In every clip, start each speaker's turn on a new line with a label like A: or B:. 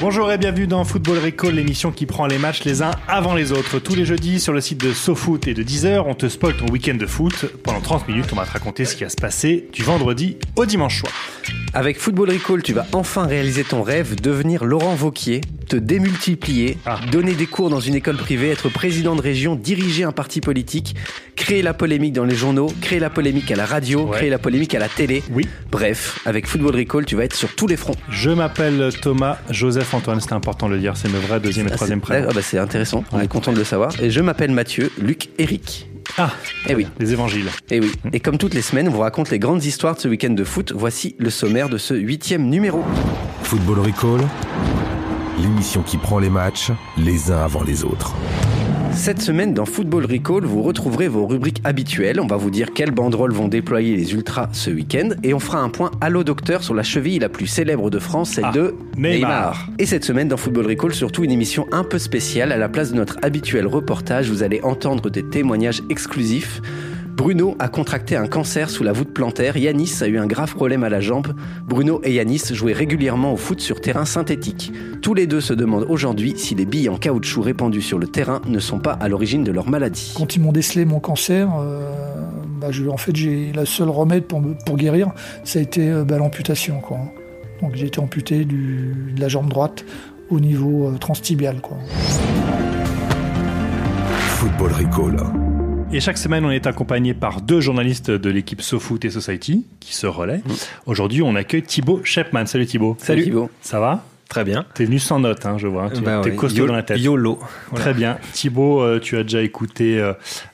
A: Bonjour et bienvenue dans Football Recall, l'émission qui prend les matchs les uns avant les autres. Tous les jeudis sur le site de SoFoot et de Deezer, on te spoil ton week-end de foot. Pendant 30 minutes, on va te raconter ce qui va se passer du vendredi au dimanche soir.
B: Avec Football Recall, tu vas enfin réaliser ton rêve, devenir Laurent Vauquier, te démultiplier,
A: Ah.
B: donner des cours dans une école privée, être président de région, diriger un parti politique, créer la polémique dans les journaux, créer la polémique à la radio,
A: Ouais.
B: créer la polémique à la télé.
A: Oui.
B: Bref, avec Football Recall, tu vas être sur tous les fronts.
A: Je m'appelle Thomas Joseph Antoine, c'était important de le dire, c'est le vrai deuxième et
B: Ah,
A: troisième
B: c'est-
A: prénom.
B: Ah, bah, c'est intéressant, on
A: Ouais.
B: est content de le savoir. Et je m'appelle Mathieu, Luc, Eric.
A: Ah,
B: Eh oui.
A: les évangiles.
B: Et oui.
A: Hmm.
B: Et comme toutes les semaines, on vous raconte les grandes histoires de ce week-end de foot. Voici le sommaire de ce huitième numéro.
C: Football Recall. L'émission qui prend les matchs les uns avant les autres.
B: Cette semaine, dans Football Recall, vous retrouverez vos rubriques habituelles. On va vous dire quelles banderoles vont déployer les Ultras ce week-end. Et on fera un point Allo Docteur sur la cheville la plus célèbre de France, celle
A: Ah,
B: de
A: Neymar.
B: Et cette semaine, dans Football Recall, surtout une émission un peu spéciale. À la place de notre habituel reportage, vous allez entendre des témoignages exclusifs. Bruno a contracté un cancer sous la voûte plantaire. Yanis a eu un grave problème à la jambe. Bruno et Yanis jouaient régulièrement au foot sur terrain synthétique. Tous les deux se demandent aujourd'hui si les billes en caoutchouc répandues sur le terrain ne sont pas à l'origine de leur maladie.
D: Quand ils m'ont décelé mon cancer, euh, bah, je- en fait, j'ai la seule remède pour, me- pour guérir, ça a été euh, bah, l'amputation. quoi. Donc j'ai été amputé du- de la jambe droite au niveau euh, transtibial. quoi.
C: Football Recall.
A: Et chaque semaine, on est accompagné par deux journalistes de l'équipe SoFoot et Society qui se relaient. Aujourd'hui, on accueille Thibaut Shepman. Salut Thibaut.
B: Salut, Bah Thibaut.
A: Ça va
E: Très bien.
A: T'es venu sans note, hein, je vois.
E: Ah,
A: hein. Tu- T'es costaud dans la tête.
E: YOLO.
A: Très bien. Thibaut, euh, tu as déjà écouté euh,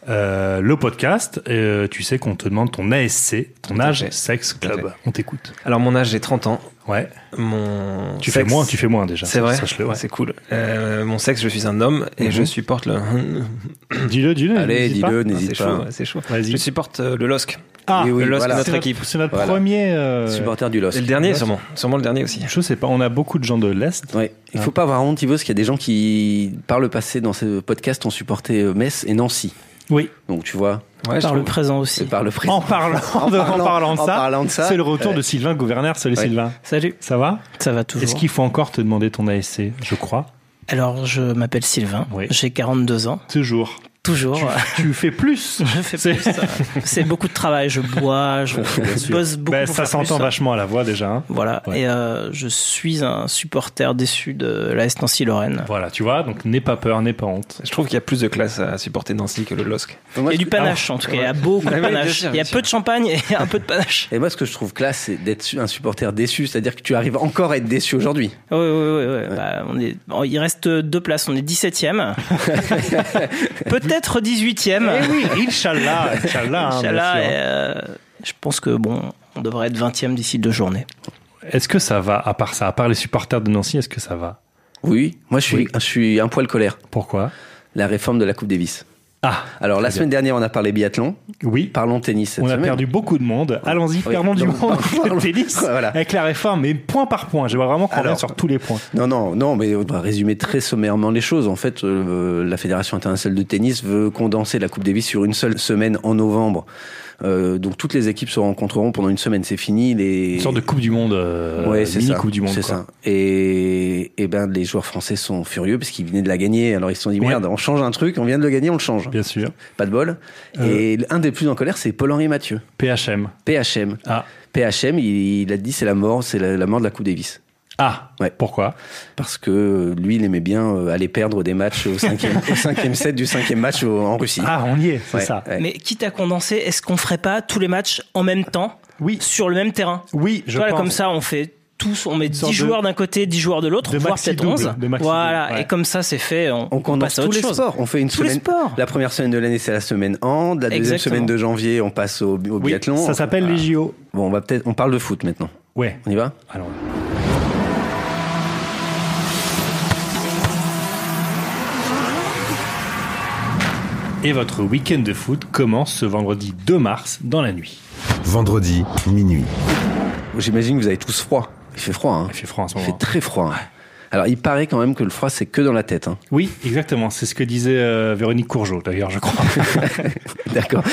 A: euh, le podcast. Euh, tu sais qu'on te demande ton ASC, ton
E: Tout à
A: âge,
E: fait.
A: sexe,
E: Tout à
A: club. On t'écoute.
E: Alors mon âge, j'ai 30 ans.
A: Ouais.
E: Mon
A: Tu fais
E: sexe-
A: moins, tu fais moins déjà.
E: C'est vrai,
A: Sache-le, ouais.
E: c'est cool. Euh, mon sexe, je suis un homme et
A: Mhm.
E: je supporte le.
A: Dis-le, dis-le.
B: Allez,
A: n'hésite pas.
B: dis-le,
E: Ah,
B: n'hésite
E: c'est
B: pas.
E: chaud, ouais, c'est chaud.
A: Vas-y.
E: Je supporte euh, le LOSC.
A: Ah,
B: Oui, oui,
E: le LOSC,
B: voilà.
A: c'est
E: notre
A: notre-
E: équipe.
A: C'est notre
B: Voilà.
A: premier. euh,
B: Supporter du LOSC.
E: C'est le dernier, sûrement. Sûrement le dernier aussi.
A: Je sais pas. On a beaucoup de gens de l'est.
B: Ouais. Il faut pas avoir honte, Thibaut, parce qu'il y a des gens qui, par le passé, dans ce podcast, ont supporté euh, Metz et Nancy.
A: Oui.
B: Donc, tu vois,
E: Ouais, je
F: Par le
E: trouve-
F: présent aussi.
B: c'est par le
A: En
B: présent.
A: parlant, de, en parlant de
B: en
A: ça,
B: parlant de ça,
A: c'est le retour de Sylvain Gouverneur. Salut
B: Ouais.
A: Sylvain,
F: Salut.
A: ça va
F: Ça va toujours.
A: Est-ce qu'il faut encore te demander ton ASC Je crois.
F: Alors, je m'appelle Sylvain.
A: Oui.
F: J'ai 42 ans.
A: Toujours.
F: Toujours.
A: Tu fais plus.
F: Je fais
A: C'est-
F: plus. C'est beaucoup de travail. Je bois, je bosse beaucoup.
A: Ben,
F: pour
A: ça
F: faire plus.
A: s'entend vachement à la voix déjà. hein.
F: Voilà.
A: Ouais.
F: Et euh, je suis un supporter déçu de l'AS Nancy-Lorraine.
A: Voilà, tu vois, donc n'aie pas peur, n'aie pas honte.
E: je trouve qu'il y a plus de classe à supporter Nancy que le LOSC.
B: Moi,
F: Il y a
B: ce
F: du
B: que-
F: panache, en tout cas. Il y a beaucoup
E: Ah
F: de
E: oui, bien
F: panache.
E: sûr,
F: Il y a
E: bien
F: peu de champagne et un peu de panache.
B: Et moi, ce que je trouve classe, c'est d'être un supporter déçu. C'est-à-dire que tu arrives encore à être déçu aujourd'hui.
F: Oui, oui, oui. oui. Bah, on est... bon, il reste deux places. On est 17e. Peut-être 18e.
A: Eh oui, Inch'Allah, Inch'Allah. hein, bien
F: Inch'Allah,
A: sûr.
F: et, euh, je pense que bon, on devrait être 20e d'ici deux journées.
A: Est-ce que ça va, à part ça, à part les supporters de Nancy, est-ce que ça va
B: Oui. Moi, je suis, je suis un poil colère.
A: Pourquoi
B: La réforme de la Coupe Davis.
A: Ah,
B: Alors, la semaine dernière, on a parlé biathlon.
A: oui.
B: Parlons tennis cette
A: On a
B: semaine.
A: perdu beaucoup de monde. Allons-y,
B: Oui,
A: perdons du
B: donc,
A: monde
B: parlons-
A: au tennis
B: Voilà.
A: avec la réforme, mais point par point. J'aimerais vraiment qu'on revienne
B: Alors.
A: sur tous les points.
B: Non, non, non, mais on va résumer très sommairement les choses. En fait, euh, la Fédération internationale de tennis veut condenser la Coupe Davis sur une seule semaine en novembre. Euh, donc toutes les équipes se rencontreront pendant une semaine. C'est fini. Les...
A: Une sorte de Coupe du Monde, euh,
B: Ouais, c'est
A: mini
B: ça.
A: Coupe du Monde.
B: C'est
A: quoi.
B: ça. Et, et ben, les joueurs français sont furieux parce qu'ils venaient de la gagner. Alors ils se sont dit
A: Ouais.
B: merde, on change un truc, on vient de le gagner, on le change.
A: Bien sûr.
B: Pas de bol.
A: Euh.
B: Et un des plus en colère, c'est Paul-Henri Mathieu,
A: PHM.
B: PHM.
A: Ah,
B: PHM, il, il a dit c'est la mort, c'est la, la mort de la Coupe Davis.
A: ah.
B: Ouais.
A: pourquoi
B: parce que euh, lui, il aimait bien euh, aller perdre des matchs au cinquième, au cinquième set du cinquième match au- en Russie.
A: Ah, on y est, c'est
B: Ouais,
A: ça.
B: ouais.
F: Mais quitte à condenser, est-ce qu'on ferait pas tous les matchs en même temps
A: Oui,
F: sur le même terrain
A: oui, je
F: Voilà,
A: pense.
F: comme ça, on fait tous, on met 10
A: sorte de-
F: joueurs d'un côté, 10 joueurs de l'autre,
A: de
F: voire
A: maxi
F: peut-être
A: double,
F: 11.
A: de maxi
F: voilà,
A: double, ouais.
F: et comme ça, c'est fait. On,
B: On
F: on
B: condense
F: passe à
B: tous
F: autre
B: les
F: chose.
B: sports. On fait une
F: Tous les
B: semaine.
F: sports.
B: La première semaine de l'année, c'est la semaine hand. La deuxième
F: Exactement.
B: semaine de janvier, on passe au, au
A: Oui,
B: biathlon. Ah.
A: ça s'appelle les JO.
B: Bon, on va peut-être. On parle de foot maintenant.
A: Ouais.
B: On y va
A: Alors, et votre week-end de foot commence ce vendredi 2 mars dans la nuit.
C: Vendredi, minuit.
B: J'imagine que vous avez tous froid. Il fait froid, hein.
A: Il fait froid en ce
B: Il fait
A: moment.
B: très froid. hein. Alors, il paraît quand même que le froid, c'est que dans la tête. hein.
A: Oui, exactement. C'est ce que disait euh, Véronique Courgeot, d'ailleurs, je crois.
B: D'accord.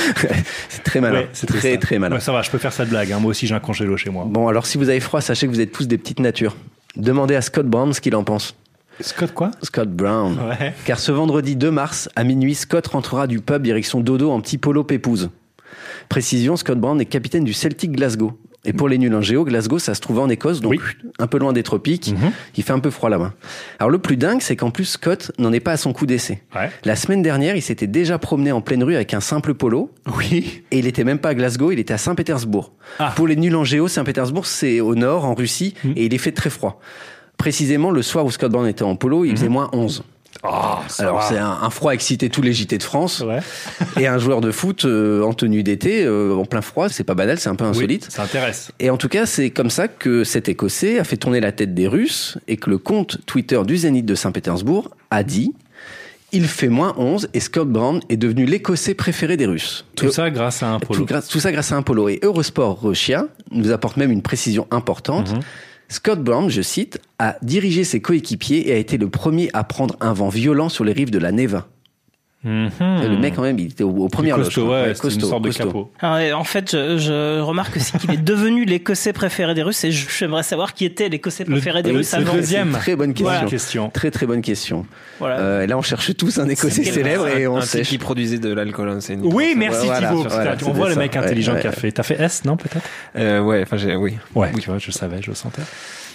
B: c'est très malin.
A: Ouais, c'était
B: très,
A: ça.
B: très malin.
A: Ouais, ça va, je peux faire cette blague. hein. Moi aussi, j'ai un congélo chez moi.
B: Bon, alors, si vous avez froid, sachez que vous êtes tous des petites natures. Demandez à Scott Brown ce qu'il en pense.
A: Scott, quoi
B: Scott Brown.
A: Ouais.
B: Car ce vendredi 2 mars, à minuit, Scott rentrera du pub direction Dodo en petit polo pépouze. Précision, Scott Brown est capitaine du Celtic Glasgow. Et pour les nuls en géo, Glasgow, ça se trouve en Écosse, donc
A: Oui. Mhm.
B: un peu loin des tropiques. Il fait un peu froid là-bas. Alors le plus dingue, c'est qu'en plus, Scott n'en est pas à son coup d'essai.
A: Ouais.
B: La semaine dernière, il s'était déjà promené en pleine rue avec un simple polo.
A: Oui.
B: Et il était même pas à Glasgow, il était à Saint-Pétersbourg.
A: Ah. Mhm.
B: Pour les nuls en géo, Saint-Pétersbourg, c'est au nord, en Russie, et il est fait très froid. Précisément, le soir où Scott Brown était en polo,
A: Mhm.
B: il faisait moins 11.
A: Ah,
B: Alors, c'est un, un froid excité tous les JT de France.
A: Ouais.
B: Et un joueur de foot euh, en tenue d'été, euh, en plein froid, c'est pas banal, c'est un peu insolite.
A: Ça intéresse.
B: Et en tout cas, c'est comme ça que cet Écossais a fait tourner la tête des Russes et que le compte Twitter du Zénith de Saint-Pétersbourg a dit Il fait moins 11 et Scott Brown est devenu l'Écossais préféré des Russes.
A: Tout
B: Et-
A: ça grâce à un
B: tout,
A: polo.
B: grâce- tout ça grâce à un polo. Et Eurosport Russia nous apporte même une précision importante.
A: Mhm.
B: Scott Brown, je cite, a dirigé ses coéquipiers et a été le premier à prendre un vent violent sur les rives de la Neva.
A: Mhm.
B: Le mec, quand même, il était au, au
A: Plus
B: premier loges.
A: costaud,
B: quoi.
A: ouais,
B: Ouais,
A: c'est une
B: costaud,
A: sorte de
B: costaud.
A: capot.
F: Alors, et Ah en fait, je, je remarque aussi qu'il est devenu l'Écossais préféré des Russes et je- j'aimerais savoir qui était l'Écossais
A: Le-
F: préféré des
A: le-
F: Russes
A: le
F: avant.
A: deuxième.
B: C'est une Très bonne question.
A: Voilà. Question.
B: Très très bonne question.
F: Voilà.
B: Euh, et là, on cherche tous un Écossais
F: C'est-
B: célèbre et on
E: un type
B: sèche.
E: qui produisait de l'alcool. hein, c'est une-
A: Oui, merci
B: Voilà,
A: Thibaut.
B: voilà,
A: Putain, on
B: c'était
A: voit le
B: ça.
A: mec
B: Ouais,
A: intelligent
B: ouais,
A: qu'a
B: ouais.
A: fait. T'as fait S, non, peut-être
E: Euh, ouais, enfin, j'ai- oui.
A: Ouais,
E: Oui.
A: tu vois, je le savais, je le sentais.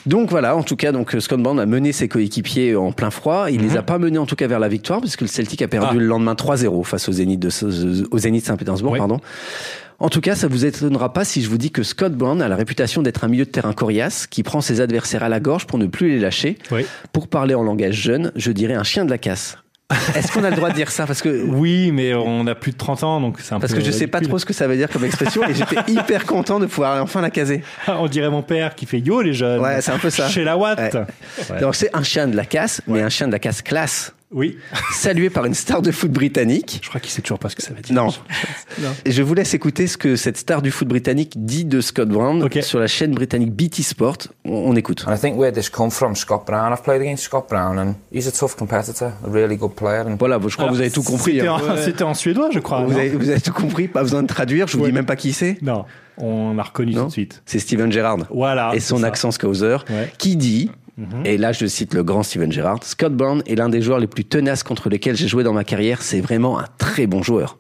B: Donc voilà, en tout cas, donc euh, Scott Brown a mené ses coéquipiers en plein froid. Il les a pas menés en tout cas vers la victoire puisque le Celtic a perdu
A: Mmh. Ah.
B: le lendemain 3-0 face au Zénith de euh, au Zénith Saint-Pétersbourg,
A: Oui.
B: pardon. En tout cas, ça vous étonnera pas si je vous dis que Scott Brown a la réputation d'être un milieu de terrain coriace qui prend ses adversaires à la gorge pour ne plus les lâcher.
A: Oui.
B: Pour parler en langage jeune, je dirais un chien de la casse. Est-ce qu'on a le droit de dire ça parce que
A: Oui, mais on a plus de 30 ans, donc c'est un
B: parce
A: peu
B: que je sais pas trop
A: ridicule.
B: ce que ça veut dire comme expression et j'étais hyper content de pouvoir enfin la caser.
A: on dirait mon père qui fait yo les jeunes.
B: Ouais, c'est un peu ça.
A: Chez la Watt.
B: Ouais.
A: Ouais.
B: Donc c'est un chien de la casse, mais un chien de la casse classe,
A: Oui,
B: salué par une star de foot britannique.
A: je crois qu'il sait toujours pas ce que ça veut dire.
B: Non. Et Je vous laisse écouter ce que cette star du foot britannique dit de Scott Brown
A: Ok.
B: sur la chaîne britannique BT Sport. On, on écoute.
G: And I think where this come from, Scott Brown. I've played against Scott Brown, and he's a tough competitor, a really good player. And
B: Voilà, je crois que vous avez tout compris.
A: C'était
B: hein.
A: en, c'était en suédois, je crois.
B: Vous,
A: non
B: avez, vous avez tout compris, pas besoin de traduire, je vous
A: Ouais.
B: dis même pas qui c'est.
A: Non, on a reconnu
B: Non.
A: tout de suite.
B: C'est Steven Gerrard.
A: Voilà.
B: et son
A: Ah, c'est ça.
B: accent Scouser,
A: Ouais. Mhm.
B: qui dit, et là je cite le grand Steven Gerrard, Scott Brown est l'un des joueurs les plus tenaces contre lesquels j'ai joué dans ma carrière, c'est vraiment un très bon joueur.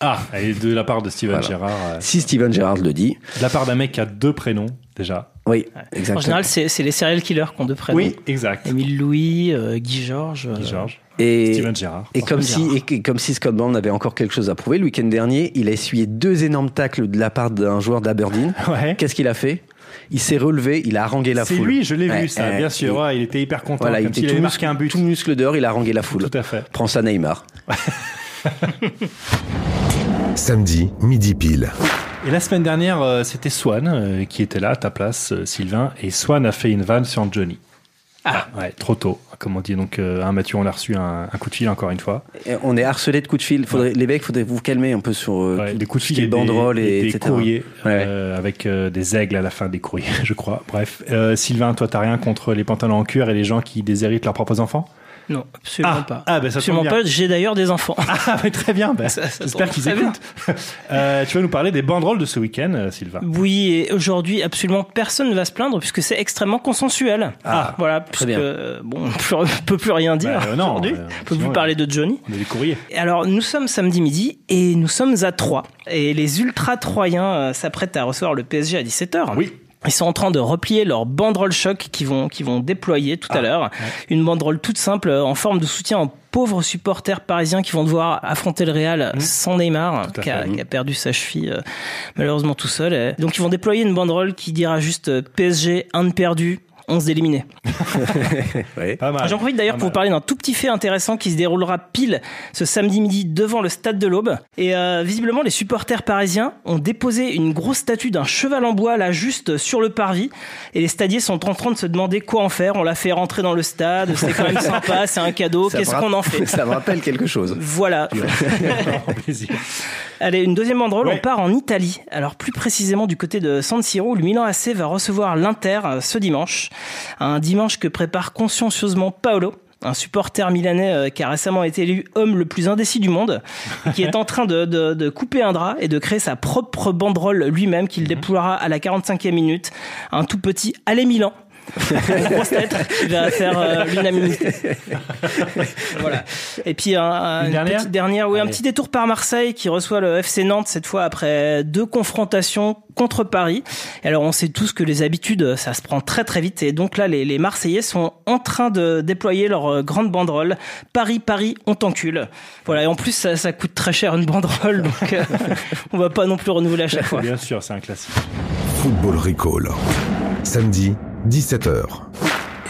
A: Ah, et de la part de Steven
B: Voilà.
A: Gerrard. euh,
B: Si Steven Gerrard le dit,
A: de la part d'un mec qui a deux prénoms, déjà.
B: oui,
F: en
B: exactement.
F: général, c'est c'est les serial killers qu'on de près.
A: Oui, exact.
F: Émile Louis, euh, Guy Georges. euh,
A: Georges.
B: et,
A: Steven Gerrard.
B: et comme si,
F: Steven
B: et, et comme si Scott Brown avait encore quelque chose à prouver, le week-end dernier, il a essuyé deux énormes tacles de la part d'un joueur d'Aberdeen.
A: Ouais.
B: Qu'est-ce qu'il a fait Il s'est relevé, il a harangué la
A: C'est
B: foule.
A: lui, je l'ai
B: Ouais,
A: vu, ça,
B: ouais,
A: bien
B: et-
A: sûr. Ouais, il était hyper content.
B: Voilà, il
A: comme
B: était
A: s'il
B: tout,
A: avait
B: muscle,
A: marqué un but.
B: tout muscle dehors, il a harangué la foule.
A: Tout à fait.
B: Prends ça Neymar.
C: Samedi, midi pile.
A: Et la semaine dernière, euh, c'était Swan euh, qui était là à ta place, euh, Sylvain, et Swan a fait une vanne sur Johnny. Ah ouais, trop tôt, comme on dit. Donc, euh, hein, Mathieu, on a reçu un, un coup de fil encore une fois.
B: Et On est harcelé de coups de fil. Faudrait, Les mecs, faudrait vous calmer un peu sur euh,
A: Ouais,
B: tout-
A: des coups de
B: tout ce
A: fil
B: qui est
A: et des,
B: banderoles et,
A: et des
B: etc.
A: courriers
B: Ouais.
A: euh, avec euh, des aigles à la fin des courriers, je crois. Bref, Euh, Sylvain, toi, t'as rien contre les pantalons en cuir et les gens qui déshéritent leurs propres enfants
F: Non, absolument
A: Ah,
F: pas.
A: ah, ben, ça tombe
F: absolument
A: bien.
F: pas. J'ai d'ailleurs des enfants.
A: Ah, mais très bien. ben,
F: Ça- ça
A: J'espère
F: tombe
A: qu'ils
F: très bien.
A: écoutent. Euh, tu vas nous parler des banderoles de ce week-end, euh, Sylvain.
F: Oui, et aujourd'hui, absolument personne ne va se plaindre puisque c'est extrêmement consensuel.
A: Ah,
F: voilà, puisque
B: bien.
F: euh, bon, on ne peut plus rien dire
A: Bah, euh, non,
F: aujourd'hui.
A: euh,
F: on peut
A: sinon,
F: plus parler de Johnny.
A: On a des courriers.
F: Et Alors, nous sommes samedi midi et nous sommes à Troyes. Et les ultra-troyens euh, s'apprêtent à recevoir le PSG à
B: Ah
F: 17h.
A: Oui.
F: Ils sont en train de replier leur banderole choc qu'ils vont, qu'ils vont déployer tout
A: Ah,
F: à l'heure. Une banderole toute simple euh, en forme de soutien aux pauvres supporters parisiens qui vont devoir affronter le Real sans Neymar,
A: Mmh. Tout à
F: qui a,
A: fait. Mmh.
F: qui a perdu sa cheville euh, malheureusement tout seul. Et Donc ils vont déployer une banderole qui dira juste euh, PSG, un de perdu. 11 éliminés.
B: Ouais.
A: Pas mal.
F: J'en profite d'ailleurs
A: Ah Pas
F: pour vous
A: mal.
F: parler d'un tout petit fait intéressant qui se déroulera pile ce samedi midi devant le stade de l'Aube. Et euh, visiblement, les supporters parisiens ont déposé une grosse statue d'un cheval en bois là juste sur le parvis. Et les stadiers sont en train de se demander quoi en faire. On l'a fait rentrer dans le stade, c'est quand même sympa, c'est un cadeau,
B: Ça
F: qu'est-ce
B: me rapp-
F: qu'on en fait
B: Ça me rappelle quelque chose.
F: Voilà.
A: Grand plaisir.
F: Allez, une deuxième banderole,
A: Ouais.
F: on part en Italie. Alors plus précisément du côté de San Siro, où le Milan AC va recevoir l'Inter euh, ce dimanche. Un dimanche que prépare consciencieusement Paolo, un supporter milanais euh, qui a récemment été élu homme le plus indécis du monde, et qui est en train de, de- de couper un drap et de créer sa propre banderole lui-même qu'il déploiera à la 45e minute. Un tout petit Allez Milan une grosse lettre qui va faire euh, l'unanimité. voilà. Et puis un, un-
A: Une
F: une
A: dernière
F: petite dernière, oui, un petit détour par Marseille qui reçoit le FC Nantes cette fois après deux confrontations contre Paris. Et alors on sait tous que les habitudes, ça se prend très très vite et donc là les, les Marseillais sont en train de déployer leur euh, grande banderole Paris Paris on t'encule. Voilà et en plus ça, ça coûte très cher une banderole donc euh, on va pas non plus renouveler à chaque fois.
A: Bien sûr, c'est un classique.
C: Football Recall. Samedi, 17h.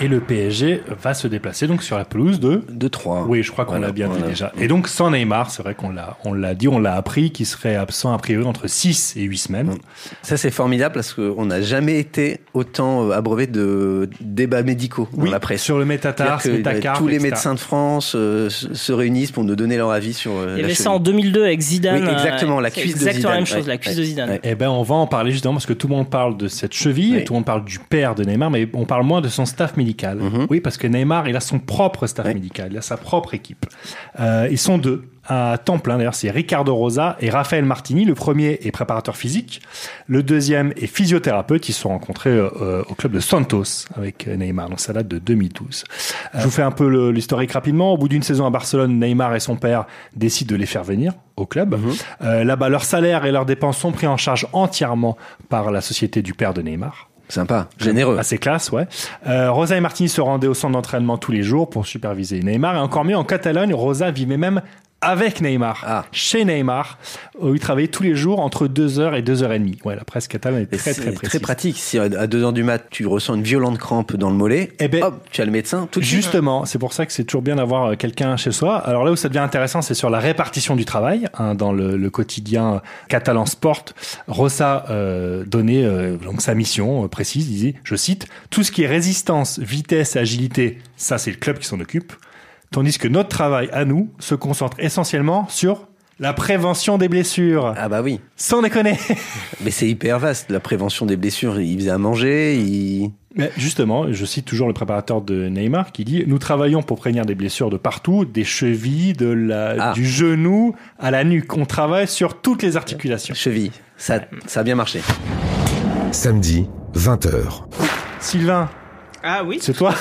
A: Et le PSG va se déplacer donc sur la pelouse de.
B: 2-3.
A: Oui, je crois qu'on
B: Voilà,
A: l'a bien vu
B: voilà.
A: déjà. Et donc sans Neymar, c'est vrai qu'on l'a, on l'a dit, on l'a appris, qu'il serait absent a priori entre 6 et 8 semaines.
B: Ça, c'est formidable parce qu'on n'a jamais été autant euh, abreuvé de débats médicaux dans la presse.
A: Sur le
B: C'est-à-dire
A: métatars,
B: que, euh,
A: métacarpe,
B: tous les
A: etc.
B: médecins de France euh, se se réunissent pour nous donner leur avis sur. euh,
F: Il y
B: la
F: avait ça
B: cheville.
F: en 2002 avec Zidane.
B: Oui, exactement, la
F: C'est
B: cuisse de
F: Exactement la même
B: Zidane,
F: chose,
B: ouais,
F: la cuisse
B: ouais,
F: de Zidane.
B: ouais.
A: Eh ben, on va en parler justement parce que tout le monde parle de cette cheville,
B: Oui.
A: et tout le monde parle du père de Neymar, mais on parle moins de son staff médical. Oui, parce que Neymar, il a son propre staff
B: Mhm. Oui.
A: médical, il a sa propre équipe. Euh, ils sont deux à temps plein. D'ailleurs, c'est Ricardo Rosa et Raphaël Martini. Le premier est préparateur physique, le deuxième est physiothérapeute. Ils se sont rencontrés euh, euh, au club de Santos avec euh, Neymar. Donc ça date de 2012. Euh, Je vous fais un peu le- l'historique rapidement. Au bout d'une saison à Barcelone, Neymar et son père décident de les faire venir au club.
B: Mhm.
A: Euh, Là-bas, leur salaire et leurs dépenses sont pris en charge entièrement par la société du père de Neymar.
B: Sympa, généreux.
A: Assez classe, ouais. Euh, Rosa et Martini se rendaient au centre d'entraînement tous les jours pour superviser Neymar. Et encore mieux, en Catalogne, Rosa vivait même avec Neymar,
B: Ah.
A: chez Neymar, où il travaillait tous les jours entre 2h et 2h30. Ouais, la presse catalane est
B: Et
A: très,
B: c'est
A: très précise.
B: pratique. Si à 2h du mat, tu ressens une violente crampe dans le mollet,
A: Eh ben,
B: hop, tu as le médecin Oh, tout de suite.
A: Justement, c'est pour ça que c'est toujours bien d'avoir euh, quelqu'un chez soi. Alors là où ça devient intéressant, c'est sur la répartition du travail hein, dans le, le quotidien catalan Sport. Rossa euh, donnait euh, donc sa mission euh, précise. Il disait, je cite, tout ce qui est résistance, vitesse, agilité, ça c'est le club qui s'en occupe. Tandis que notre travail à nous se concentre essentiellement sur la prévention des blessures.
B: Ah bah oui,
A: Sans déconner.
B: mais c'est hyper vaste. La prévention des blessures, il faisait à manger, il...
A: Mais justement, je cite toujours le préparateur de Neymar qui dit Nous travaillons pour prévenir des blessures de partout, des chevilles, de la,
B: Ah.
A: du genou à la nuque. On travaille sur toutes les articulations.
B: cheville. Ça, ça a bien marché.
C: Samedi, 20h.
A: Sylvain,
F: Ah oui,
A: c'est toi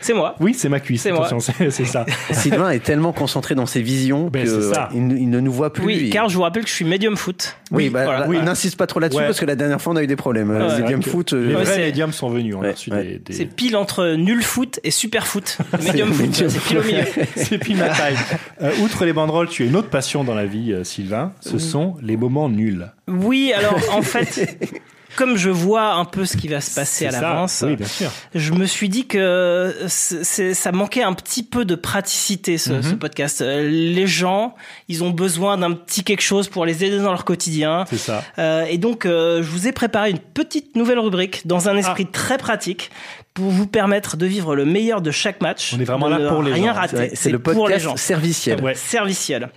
F: c'est moi.
A: Oui, c'est ma cuisse.
F: C'est moi.
A: attention, c'est c'est ça.
B: Sylvain est tellement concentré dans ses visions
A: Ben,
B: que
A: c'est ça.
B: il, ne- il ne nous voit plus.
F: Oui,
B: Il-
F: car je vous rappelle que je suis médium foot.
B: Oui, bah,
F: voilà.
B: là,
A: Oui.
B: n'insiste pas trop là-dessus
A: Ouais.
B: parce que la dernière fois on a eu des problèmes.
F: ouais.
B: les
F: C'est
A: vrai
B: games
A: que
B: foot,
A: Les
B: euh,
F: Ouais,
A: vrais
F: c'est-
A: médiums sont venus. On a
B: Ouais,
A: reçu
B: ouais.
A: des. des-
F: C'est pile entre nul foot et super foot. Medium foot,
B: medium
F: c'est pile au milieu.
A: C'est pile ma taille. Euh, outre les banderoles, tu as une autre passion dans la vie, euh, Sylvain. Ce sont les moments nuls.
F: Oui, alors en fait, comme je vois un peu ce qui va se passer à
A: ça.
F: l'avance,
A: Oui, bien sûr.
F: je me suis dit que c'est- c'est- ça manquait un petit peu de praticité ce,
A: Mm-hmm.
F: ce podcast. Euh, Les gens, ils ont besoin d'un petit quelque chose pour les aider dans leur quotidien.
A: C'est ça.
F: Euh, et donc, euh, je vous ai préparé une petite nouvelle rubrique dans
A: Ah.
F: un esprit très pratique pour vous permettre de vivre le meilleur de chaque match.
A: On est vraiment
F: de
A: là
F: ne
A: pour les
F: rien
A: gens.
F: rater.
B: ouais, c'est le podcast
F: pour les gens.
B: serviciel.
A: Ouais.
F: Serviciel.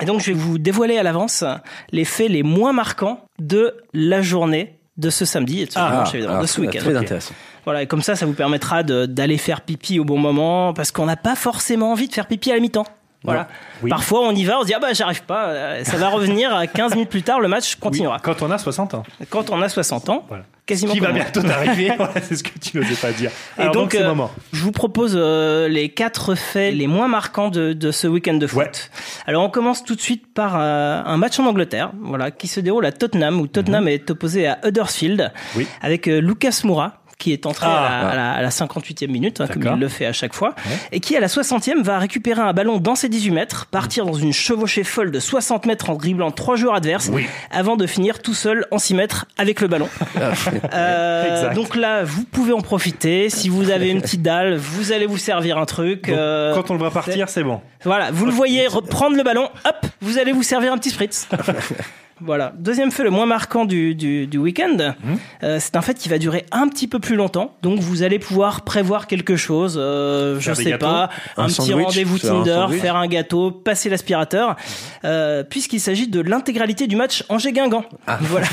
F: Et donc, je vais vous dévoiler à l'avance les faits les moins marquants de la journée de ce samedi et de ce
B: Ah,
F: dimanche, évidemment,
B: ah,
F: de ce
B: ah,
F: week-end.
B: Très
F: hein, Ok.
B: intéressant.
F: Voilà, et comme ça, ça vous permettra de- d'aller faire pipi au bon moment, parce qu'on n'a pas forcément envie de faire pipi à la mi-temps. Voilà.
A: Oui.
F: Parfois, on y va, on se dit, ah bah, j'arrive pas, euh, ça va revenir à 15 minutes plus tard, le match
A: Oui,
F: continuera.
A: Quand on a 60 ans.
F: Quand on a 60 ans,
A: Voilà.
F: quasiment
A: Qui
F: comme
A: va
F: moi.
A: bientôt arriver. Voilà, c'est ce que tu n'osais pas dire.
F: Et
A: Alors,
F: donc,
A: donc, c'est le
F: euh,
A: moment.
F: Je vous propose euh, les quatre faits les moins marquants de, de ce week-end de foot.
A: Ouais.
F: Alors on commence tout de suite par euh, un match en Angleterre, voilà, qui se déroule à Tottenham où Tottenham est opposé à Huddersfield
A: Mhm. Oui.
F: avec euh, Lucas Moura qui est entré
A: Ah.
F: à, la, à la- à la 58e minute, hein, comme
A: D'accord.
F: il le fait à chaque fois,
A: Ouais.
F: et qui à la 60e va récupérer un ballon dans ses 18 mètres,
A: Mhm.
F: partir dans une chevauchée folle de 60 mètres en dribblant trois joueurs adverses,
A: Oui.
F: avant de finir tout seul en 6 mètres avec le ballon. Euh,
A: Ah, Exact.
F: donc là, vous pouvez en profiter. Si vous avez une petite dalle, vous allez vous servir un truc.
A: Donc,
F: euh,
A: quand on le voit partir, c'est bon.
F: voilà, vous le voyez reprendre le ballon, hop, vous allez vous servir un petit spritz. voilà. Deuxième fait le moins marquant du, du, du
A: Hum.
F: week-end, euh, c'est un fait qui va durer un petit peu plus longtemps. Donc vous allez pouvoir prévoir quelque chose, euh, je
A: Faire des
F: sais
A: gâteaux,
F: pas, un,
B: un
F: petit
B: sandwich,
F: rendez-vous
B: faire un
F: Tinder,
B: sandwich.
F: faire un gâteau, passer
A: Hum.
F: l'aspirateur, euh, puisqu'il s'agit de l'intégralité du match Angers-Guingamp.
A: Ah.
F: Voilà.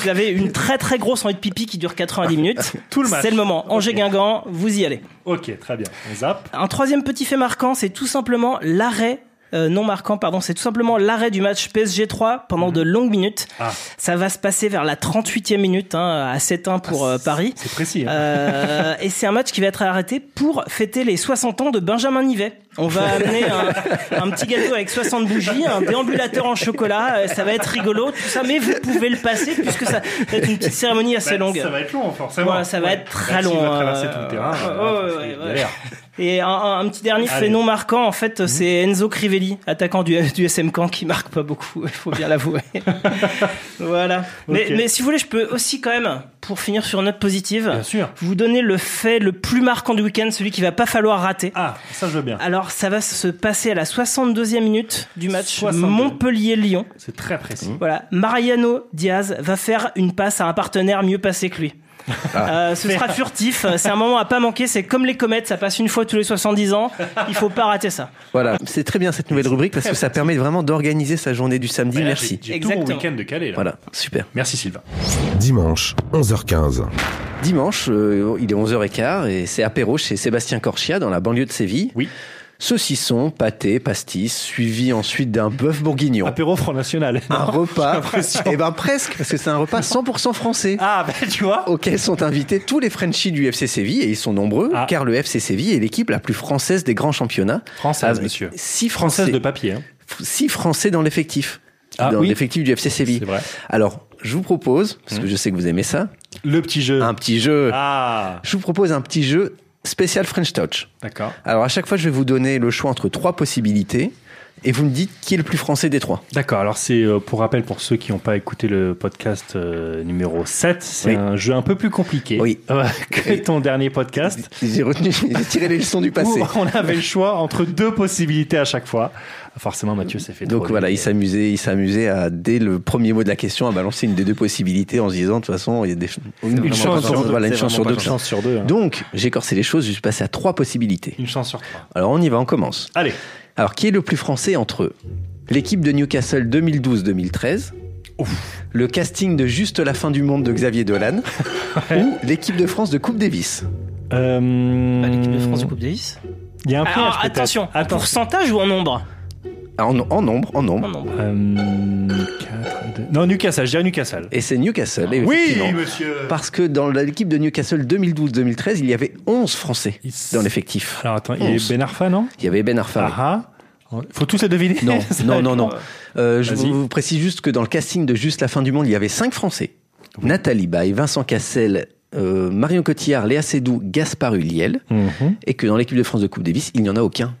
F: vous avez une très très grosse envie de pipi qui dure 90 minutes.
A: Tout le match.
F: C'est le moment. Angers-Guingamp, vous y allez.
A: Ok, très bien. On zappe.
F: Un troisième petit fait marquant, c'est tout simplement l'arrêt. euh, non marquant, pardon, c'est tout simplement l'arrêt du match PSG 3 pendant de longues minutes.
A: Ah.
F: Ça va se passer vers la 38e minute, hein, à 7-1 pour euh, Paris.
A: Ah, C'est précis. hein.
F: Euh, et c'est un match qui va être arrêté pour fêter les 60 ans de Benjamin Nivet. On va amener un, un petit gâteau avec 60 bougies, un déambulateur en chocolat, euh, ça va être rigolo, tout ça, mais vous pouvez le passer puisque ça va être une petite cérémonie assez
A: Bah,
F: longue.
A: Ça va être long, forcément.
F: Voilà, ça va être très
A: Là, s'il
F: long,
A: va traverser
F: euh,
A: tout le terrain.
F: ouais,
A: euh,
F: ouais,
A: c'est
F: ouais,
A: galère.
F: Et un, un- un petit dernier
A: Allez. Mhm.
F: fait non marquant, en fait, c'est Enzo Crivelli, attaquant du, du SM Caen, qui marque pas beaucoup, il faut bien l'avouer. voilà. Mais,
A: Ok.
F: mais si vous voulez, je peux aussi quand même, pour finir sur une note positive,
A: Bien sûr.
F: vous donner le fait le plus marquant du week-end, celui qui va pas falloir rater.
A: Ah, ça je veux bien.
F: Alors, ça va se passer à la 62e minute du match
A: 62e.
F: Montpellier-Lyon.
A: C'est très précis. Bah,
F: Voilà, Mariano Diaz va faire une passe à un partenaire mieux passé que lui. Euh, ce sera furtif, euh, c'est un moment à pas manquer, c'est comme les comètes, ça passe une fois tous les 70 ans, il faut pas rater ça.
B: Voilà, c'est très bien cette nouvelle rubrique parce que ça permet vraiment d'organiser sa journée du samedi.
A: Bah, là,
B: Merci.
A: J'ai j'ai tout mon
F: Exactement.
A: week-end de Calais. là.
B: Voilà, super.
A: Merci Sylvain.
C: Dimanche, 11h15.
B: Dimanche, euh, il est 11h15 et c'est apéro chez Sébastien Corchia dans la banlieue de Séville.
A: Oui.
B: Saucisson, pâté, pastis, suivi ensuite d'un bœuf bourguignon.
A: Apéro Front National.
F: Ah.
B: un repas,
A: Ah, l'impression.
B: et ben presque, parce que c'est un repas 100% français.
A: Ah, bah tu vois.
B: auxquels sont invités tous les Frenchies du FC Séville, et ils sont nombreux,
A: Ah.
B: car le FC Séville est l'équipe la plus française des grands championnats.
A: Française,
F: Ah,
B: Avec
A: monsieur.
B: Six
A: Française
B: français,
A: de papier. hein.
B: six français dans l'effectif.
A: Ah,
B: dans
A: oui.
B: l'effectif du FC Séville.
A: C'est vrai. Hum.
B: Alors, je vous propose, parce que je sais que vous aimez ça,
A: Le petit jeu.
B: un petit jeu.
A: Ah,
B: Je vous propose un petit jeu spécial French Touch.
A: d'accord.
B: Alors, à chaque fois, je vais vous donner le choix entre trois possibilités, et vous me dites qui est le plus français des trois.
A: D'accord, alors c'est euh, pour rappel pour ceux qui n'ont pas écouté le podcast euh, numéro 7, c'est
B: Oui.
A: un jeu un peu plus compliqué
B: Oui.
A: euh, que
B: Oui.
A: ton dernier podcast.
B: J'ai retenu, j'ai tiré les leçons du passé.
A: Où on avait le choix entre deux possibilités à chaque fois. Forcément, Mathieu s'est fait
B: Donc
A: drôler.
B: voilà, il s'amusait, il s'amusait à dès le premier mot de la question à balancer une des deux possibilités en se disant de toute façon il y a des
A: une chance sur deux.
B: voilà, une
A: C'est
B: chance sur deux.
A: vraiment pas une chance sur deux. hein.
B: Donc j'ai corsé les choses, je suis passé à trois possibilités.
A: Une chance sur trois.
B: Alors on y va, on commence.
A: Allez.
B: Alors qui est le plus français entre eux L'équipe de Newcastle 2012-2013, le casting de Juste la fin du monde de Xavier Dolan ou l'équipe de France de Coupe Davis.
A: Euh,
F: Bah, L'équipe de France de Coupe Davis.
A: Il y a un piège
F: Ah, Alors
A: peut-être. Ah,
F: attention, en
A: Attends.
F: pourcentage ou en nombre
B: Ah, En, en nombre, en
F: En
B: nombre.
F: nombre.
A: Euh, quatre, deux- Non, Newcastle, je dirais Newcastle.
B: Et c'est Newcastle. effectivement.
A: monsieur.
B: Parce que dans l'équipe de Newcastle 2012-2013, il y avait 11 Français
A: Il-
B: dans l'effectif.
A: Alors attends, il y a
B: Onze.
A: Ben Arfa, non
B: Il y avait Ben Arfa. oui.
A: Ah ah. Faut tous les deviner
B: Non,
A: Ça va
B: non,
A: être
B: non,
A: long.
B: non. Euh, je
A: Vas-y.
B: vous, vous précise juste que dans le casting de Juste la fin du monde, il y avait cinq Français. Nathalie Baye, Vincent Cassel, euh, Marion Cotillard, Léa Seydoux, Gaspard Huliel.
A: Mhm.
B: Et que dans l'équipe de France de Coupe Davis, il n'y en a aucun.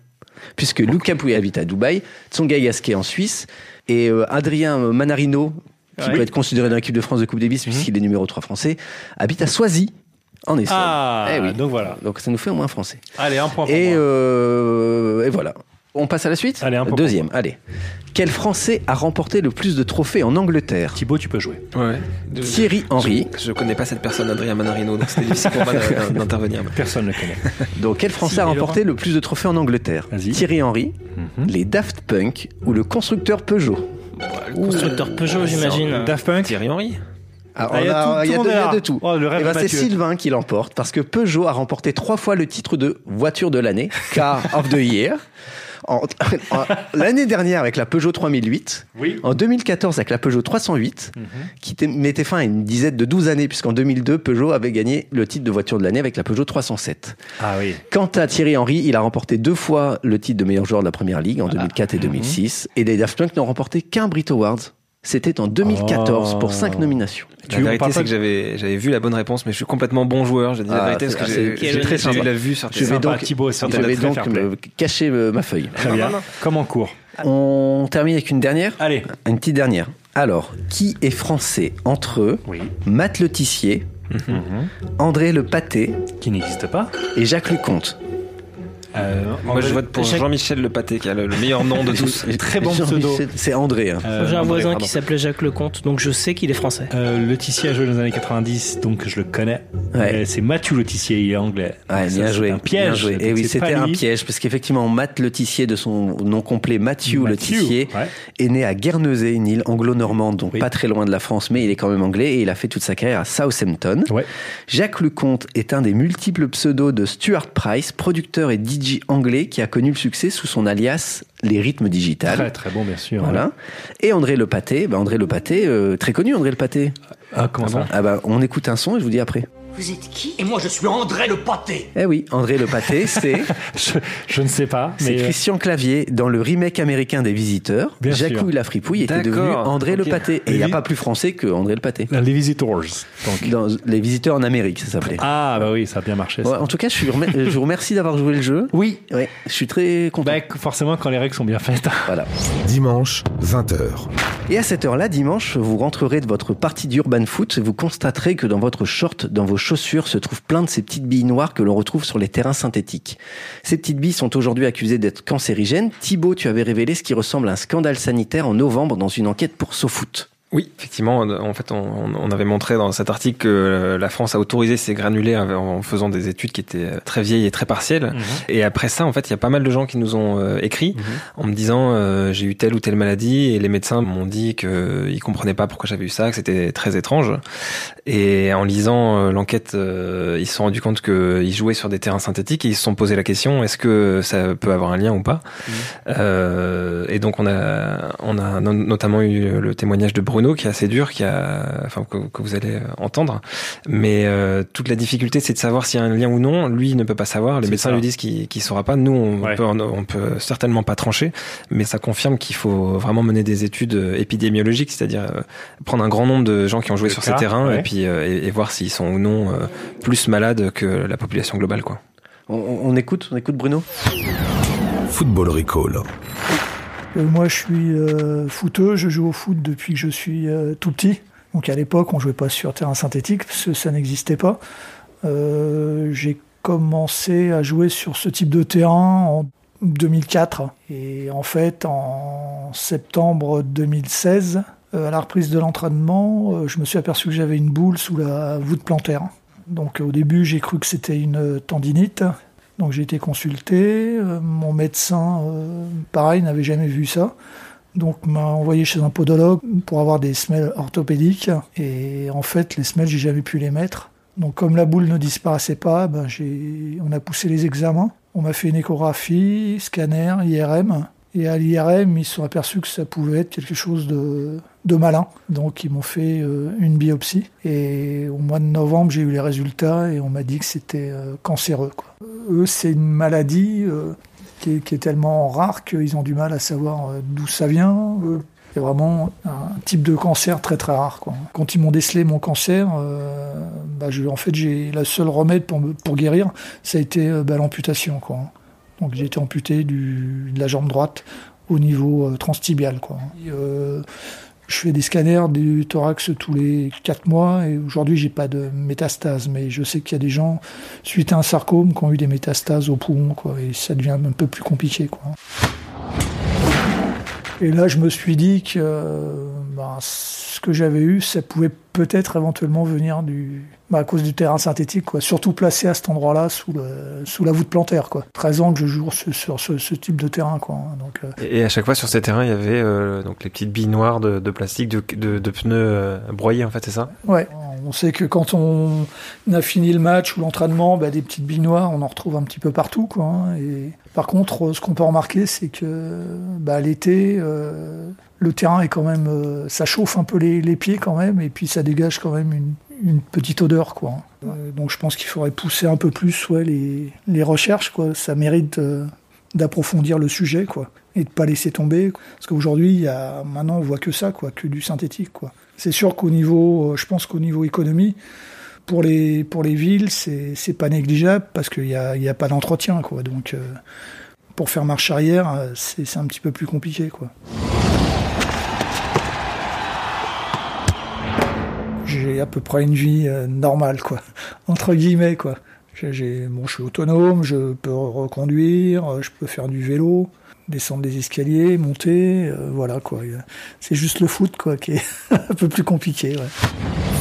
B: Puisque Luca Pouille habite à Dubaï, Tsonga Yaske en Suisse, et euh, Adrien Manarino, qui
A: Ouais. Mhm.
B: peut être considéré dans l'équipe de France de Coupe Davis, puisqu'il est numéro 3 français, habite à Soisy, en Espagne.
A: Ah,
B: Eh oui.
A: donc voilà.
B: Donc ça nous fait au moins un Français.
A: Allez, un point pour
B: Et,
A: moi.
B: euh, et voilà. On passe à la suite
A: Allez, un point
B: Deuxième, allez. Quel Français a remporté le plus de trophées en Angleterre
A: Thibaut, tu peux jouer.
E: Ouais. De-
B: Thierry Henry.
E: Je, je connais pas cette personne, Adrien Manarino, donc c'était difficile pour moi de- d'intervenir.
A: Personne ne le connaît.
B: Donc, quel Français a
A: Thierry
B: remporté le plus de trophées en Angleterre
A: Vas-y.
B: Thierry Henry,
A: Mhm.
B: les Daft Punk ou le constructeur Peugeot
F: Constructeur Peugeot, j'imagine.
A: Daft Punk
E: Thierry Henry
B: Ah,
A: Ah, il y
B: on
A: a tout-
B: a-
A: tout
B: Il y
A: le
B: a
A: monde
B: de- il y a
A: est
B: de
A: là.
B: tout.
A: Oh, le rêve
B: Eh ben,
A: de
B: c'est
A: Mathieu.
B: Sylvain qui l'emporte parce que Peugeot a remporté trois fois le titre de voiture de l'année, Car of the Year. En- en- L'année dernière avec la Peugeot 3008,
A: Oui.
B: en 2014 avec la Peugeot 308,
A: Mhm.
B: qui t- mettait fin à une dizaine de 12 années, puisqu'en 2002, Peugeot avait gagné le titre de voiture de l'année avec la Peugeot 307.
A: Ah oui.
B: Quant à Thierry Henry, il a remporté deux
A: Ah. Mhm.
B: fois le titre de meilleur joueur de la Première Ligue en 2004 et 2006, et les Daft Punk n'ont remporté qu'un Brit Awards C'était en 2014
A: Oh.
B: pour 5 nominations.
E: La
A: Tu- on
E: vérité,
A: parle pas
E: c'est que
A: de-
E: j'avais j'avais vu la bonne réponse, mais je suis complètement bon joueur. J'ai dit la
B: Ah,
E: vérité
B: c'est-
E: parce que
B: ah,
E: j'ai-
B: c'est-
E: j'ai
F: quel
E: très
F: sympa.
E: vu la vue sur
B: Je vais
E: tes
A: Sympa,
B: donc-
A: Thibaut, c'est
B: Je
E: Internet
B: vais
A: très
B: donc
A: fair play.
B: me cacher euh, ma feuille.
A: Très bien. Comme en cours.
B: On termine avec une dernière
A: Allez.
B: Une petite dernière. Alors, qui est français entre eux
A: Oui. Mhm.
B: Matt Le Tissier, André Le Pâté
A: Qui n'existe pas. Euh,
B: et Jacques Leconte.
E: Moi, je vote pour
A: Jacques-
E: Jean-Michel Le Pâté, qui a le, le meilleur nom de tous.
A: Très bon
B: Jean-Michel-
A: pseudo.
B: C'est André. hein.
A: Euh,
F: J'ai un
E: André,
F: voisin
E: pardon.
F: qui s'appelait Jacques Lecomte, donc je sais qu'il est français.
A: Euh, le Tissier a joué dans les années 90, donc je le connais.
B: Ouais.
A: Euh, C'est Mathieu Le Tissier, il est anglais.
B: Ouais,
A: Donc ça,
B: bien
A: c'est
B: joué.
A: Un piège.
B: bien joué.
A: Donc
B: Et oui,
A: c'est pas
B: c'était un
A: lui.
B: piège, parce qu'effectivement, Matt Le Tissier, de son nom complet Mathieu Le
A: Mathieu,
B: Tissier,
A: ouais.
B: est né à Guernesey, une île anglo-normande, donc
A: Oui.
B: pas très loin de la France, mais il est quand même anglais et il a fait toute sa carrière à Southampton.
A: Ouais.
B: Jacques Leconte est un des multiples pseudos de Stuart Price, producteur et DJ anglais qui a connu le succès sous son alias Les Rythmes Digitales.
A: Très très bon, bien sûr.
B: Voilà. Et André Le Pâté, bah, André Le Pâté, euh, très connu André Le Pâté.
A: Ah, comment ça
B: Ah bah, on écoute un son et je vous dis après.
H: Vous êtes qui
I: Et moi, je suis André le pâté.
B: Eh oui, André Le Pâté, c'est
A: je, je ne sais pas.
B: c'est
A: Mais
B: Christian Clavier dans le remake américain des Visiteurs.
A: euh, Bien sûr.
B: Jacouille la fripouille était
E: D'accord.
B: devenu André Le
E: Ok.
B: Pâté. Et il n'y a
A: Oui.
B: pas plus français que André Le Pâté.
A: euh, les Visitors. Donc.
B: Dans Les Visiteurs en Amérique, ça s'appelait.
A: Ah, bah oui, ça a bien marché. ça.
B: Ouais, en tout cas, je, suis remer- je vous remercie d'avoir joué le jeu.
A: Oui.
B: Ouais, je suis très content.
A: Bah, forcément, quand les règles sont bien faites.
E: Bah,
B: Voilà.
C: Dimanche, 20h.
B: Et à cette heure-là, dimanche, vous rentrerez de votre partie d'urban foot et vous constaterez que dans votre short, dans vos chaussures, se trouvent plein de ces petites billes noires que l'on retrouve sur les terrains synthétiques. Ces petites billes sont aujourd'hui accusées d'être cancérigènes. Thibaut, tu avais révélé ce qui ressemble à un scandale sanitaire en novembre dans une enquête pour SoFoot.
E: Oui, effectivement. En fait, on, on avait montré dans cet article que euh, la France a autorisé ces granulés en faisant des études qui étaient euh, très vieilles et très partielles. Et après ça, en fait, il y a pas mal de gens qui nous ont euh, écrit
A: Mhm.
E: en me disant euh, j'ai eu telle ou telle maladie et les médecins m'ont dit qu'ils comprenaient pas pourquoi j'avais eu ça, que c'était très étrange. Et en lisant euh, l'enquête, euh, ils se sont rendus compte qu'ils jouaient sur des terrains synthétiques et ils se sont posé la question est-ce que ça peut avoir un lien ou pas
A: Mhm.
E: Euh, Et donc on a, on a no- notamment eu le témoignage de Bruno qui est assez dur, qui a, enfin que, que vous allez euh, entendre. Mais euh, toute la difficulté, c'est de savoir s'il y a un lien ou non. Lui, il ne peut pas savoir. Les
A: C'est
E: médecins
A: ça.
E: lui disent qu'il ne saura pas. Nous, on,
A: Ouais.
E: peut, on peut certainement pas trancher, mais ça confirme qu'il faut vraiment mener des études euh, épidémiologiques, c'est-à-dire euh, prendre un grand nombre de gens qui ont joué
A: De
E: sur
A: cas,
E: ces terrains
A: ouais.
E: et puis euh, et, et voir s'ils sont ou non euh, plus malades que la population globale, quoi.
B: On, on- on écoute, on écoute Bruno.
C: Football Recall.
D: Euh, moi, je suis euh, footeux, je joue au foot depuis que je suis euh, tout petit. Donc à l'époque, on jouait pas sur terrain synthétique, parce que ça n'existait pas. Euh, J'ai commencé à jouer sur ce type de terrain en 2004. Et en fait, en septembre 2016, euh, à la reprise de l'entraînement, euh, je me suis aperçu que j'avais une boule sous la voûte plantaire. Donc au début, j'ai cru que c'était une euh, tendinite. Donc j'ai été consulté, euh, mon médecin, euh, pareil, n'avait jamais vu ça. Donc m'a envoyé chez un podologue pour avoir des semelles orthopédiques. Et en fait, les semelles, j'ai jamais pu les mettre. Donc comme la boule ne disparaissait pas, ben, j'ai- on a poussé les examens. On m'a fait une échographie, scanner, IRM. Et à l'IRM, ils se sont aperçus que ça pouvait être quelque chose de, de malin. Donc ils m'ont fait euh, une biopsie. Et au mois de novembre, j'ai eu les résultats et on m'a dit que c'était euh, cancéreux. Quoi eux, c'est une maladie euh, qui, est, qui est tellement rare qu'ils ont du mal à savoir euh, d'où ça vient. euh. c'est vraiment un type de cancer très très rare. quoi. Quand ils m'ont décelé mon cancer, euh, bah, je- en fait, j'ai la seule remède pour, me- pour guérir, ça a été euh, bah, l'amputation. quoi. Donc j'ai été amputé du- de la jambe droite au niveau euh, transtibial. Quoi. Et, euh, je fais des scanners du thorax tous les 4 mois et aujourd'hui j'ai pas de métastase, mais je sais qu'il y a des gens suite à un sarcome qui ont eu des métastases au poumon, quoi, et ça devient un peu plus compliqué, quoi. Et là, je me suis dit que euh, ben, ce que j'avais eu, ça pouvait peut-être éventuellement venir du, ben, à cause du terrain synthétique, quoi. Surtout placé à cet endroit-là, sous, le- sous la voûte plantaire, quoi. 13 ans que je joue sur, sur ce, ce type de terrain, quoi. hein, Donc, euh,
E: Et à chaque fois sur ces terrains, il y avait euh, donc les petites billes noires de, plastique, de, pneus euh, broyés, en fait, c'est ça
D: Ouais. On sait que quand on a fini le match ou l'entraînement, bah, des petites billes noires, on en retrouve un petit peu partout. Quoi, hein. et par contre, euh, ce qu'on peut remarquer, c'est que bah, l'été, euh, le terrain est quand même, euh, ça chauffe un peu les, les pieds quand même, et puis ça dégage quand même une, une petite odeur. Quoi, hein. Euh, donc je pense qu'il faudrait pousser un peu plus ouais, les, les recherches. Quoi. Ça mérite euh, d'approfondir le sujet, quoi, et de pas laisser tomber. Parce qu'aujourd'hui, il y a, maintenant, on voit que ça, quoi, que du synthétique, quoi. C'est sûr qu'au niveau, euh, je pense qu'au niveau économie, pour les, pour les villes, c'est c'est pas négligeable parce qu'il n'y a, il y a pas d'entretien, quoi. Donc, euh, pour faire marche arrière, euh, c'est c'est un petit peu plus compliqué, quoi. J'ai à peu près une vie euh, normale, quoi. Entre guillemets, quoi. J'ai- j'ai- bon, je suis autonome, je peux reconduire, euh, je peux faire du vélo, descendre des escaliers, monter, euh, voilà, quoi. C'est juste le foot, quoi, qui est un peu plus compliqué, ouais.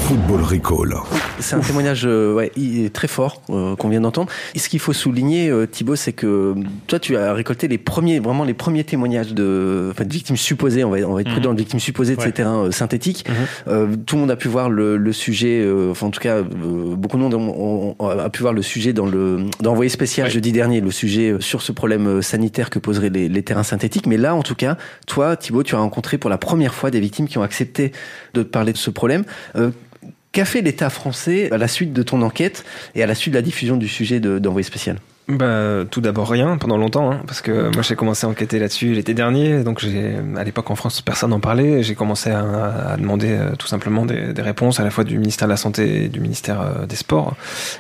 C: Football Recall.
B: C'est un témoignage euh, ouais, i- très fort euh, qu'on vient d'entendre. Et ce qu'il faut souligner, euh, Thibaut, c'est que toi, tu as récolté les premiers, vraiment les premiers témoignages de, enfin, de victimes supposées. On va, on va être
A: Mhm.
B: prudent, de victimes supposées de
A: Ouais. Mhm.
B: ces terrains euh, synthétiques. Euh, tout le monde a pu voir le, le sujet. euh, enfin, en tout cas, euh, beaucoup de monde ont- ont- a pu voir le sujet dans le dans Envoyé spécial
A: Ouais.
B: jeudi dernier, le sujet euh, sur ce problème euh, sanitaire que poseraient les, les terrains synthétiques. Mais là, en tout cas, toi, Thibaut, tu as rencontré pour la première fois des victimes qui ont accepté de te parler de ce problème. Euh, Qu'a fait l'État français à la suite de ton enquête et à la suite de la diffusion du sujet de- d'envoyé spécial
E: Bah, tout d'abord rien pendant longtemps, hein, parce que moi j'ai commencé à enquêter là-dessus l'été dernier, donc j'ai à l'époque en France personne n'en parlait, j'ai commencé à, à demander euh, tout simplement des, des réponses à la fois du ministère de la santé et du ministère euh, des sports.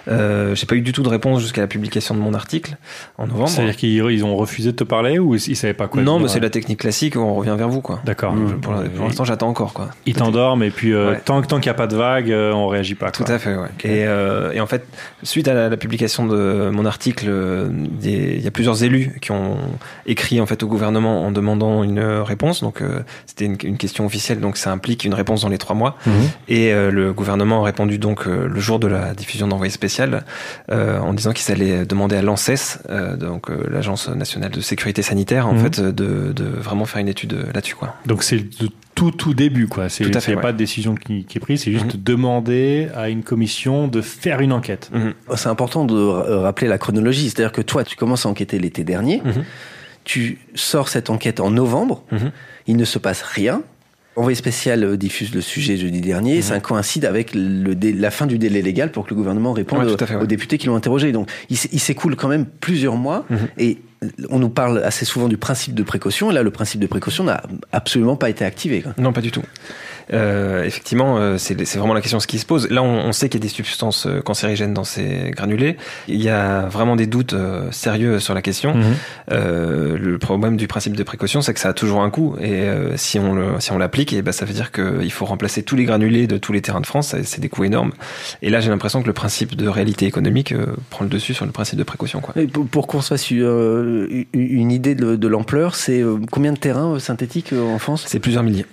E: Euh, j'ai pas eu du tout de réponse jusqu'à la publication de mon article en novembre.
A: C'est-à-dire qu'ils ils ont refusé de te parler ou ils, ils savaient pas quoi
E: non,
A: dire,
E: mais c'est
A: euh,
E: la technique classique, on revient vers vous quoi.
A: D'accord.
E: Pour- Pour, pour l'instant, j'attends encore quoi.
A: Ils t'endorment et puis euh,
E: Ouais.
A: tant, tant qu'il n'y a pas de vague, euh, on réagit pas.
E: Tout à fait, ouais. Et, euh, et en fait, suite à la, la publication de mon article, euh, des- il y a plusieurs élus qui ont écrit en fait au gouvernement en demandant une euh, réponse. Donc euh, c'était une, une question officielle, donc ça implique une réponse dans les trois mois.
A: Mhm.
E: Et euh, le gouvernement a répondu donc euh, le jour de la diffusion d'envoyé spécial euh, en disant qu'ils allaient demander à l'ANSES, euh, donc euh, l'agence nationale de sécurité sanitaire, en
A: Mhm.
E: fait, euh, de, de vraiment faire une étude euh, là-dessus, quoi.
A: Donc c'est le tout tout début quoi. C'est
E: Tout à
A: il
E: fait,
A: n'y a
E: ouais. Mhm.
A: pas de décision qui, qui est prise, c'est juste demander à une commission de faire une enquête.
B: Oh, C'est important de ra- euh, rappeler la chronologie, c'est-à-dire que toi, tu commences à enquêter l'été dernier,
E: Mhm.
B: tu sors cette enquête en novembre,
E: Mhm.
B: il ne se passe rien. Envoyé spécial euh, diffuse le sujet jeudi dernier, ça coïncide avec le dé- la fin du délai légal pour que le gouvernement réponde
E: Ouais, tout à fait, ouais.
B: aux députés qui l'ont interrogé. Donc il, s- il s'écoule quand même plusieurs mois et euh, on nous parle assez souvent du principe de précaution, et là le principe de précaution n'a absolument pas été activé. quoi.
E: Non, pas du tout. Euh, effectivement, euh, c'est c'est vraiment la question ce qui se pose. Là, on, on sait qu'il y a des substances euh, cancérigènes dans ces granulés. Il y a vraiment des doutes euh, sérieux sur la question.
A: Mm.
E: Euh, le problème du principe de précaution, c'est que ça a toujours un coût. Et euh, si on le, si on l'applique, eh ben, ça veut dire qu'il faut remplacer tous les granulés de tous les terrains de France. Ça, C'est des coûts énormes. Et là, j'ai l'impression que le principe de réalité économique euh, prend le dessus sur le principe de précaution. Quoi.
B: Et pour pour qu'on se fasse euh, u- une idée de, de l'ampleur, c'est euh, combien de terrains euh, synthétiques euh, en France
E: C'est plusieurs milliers.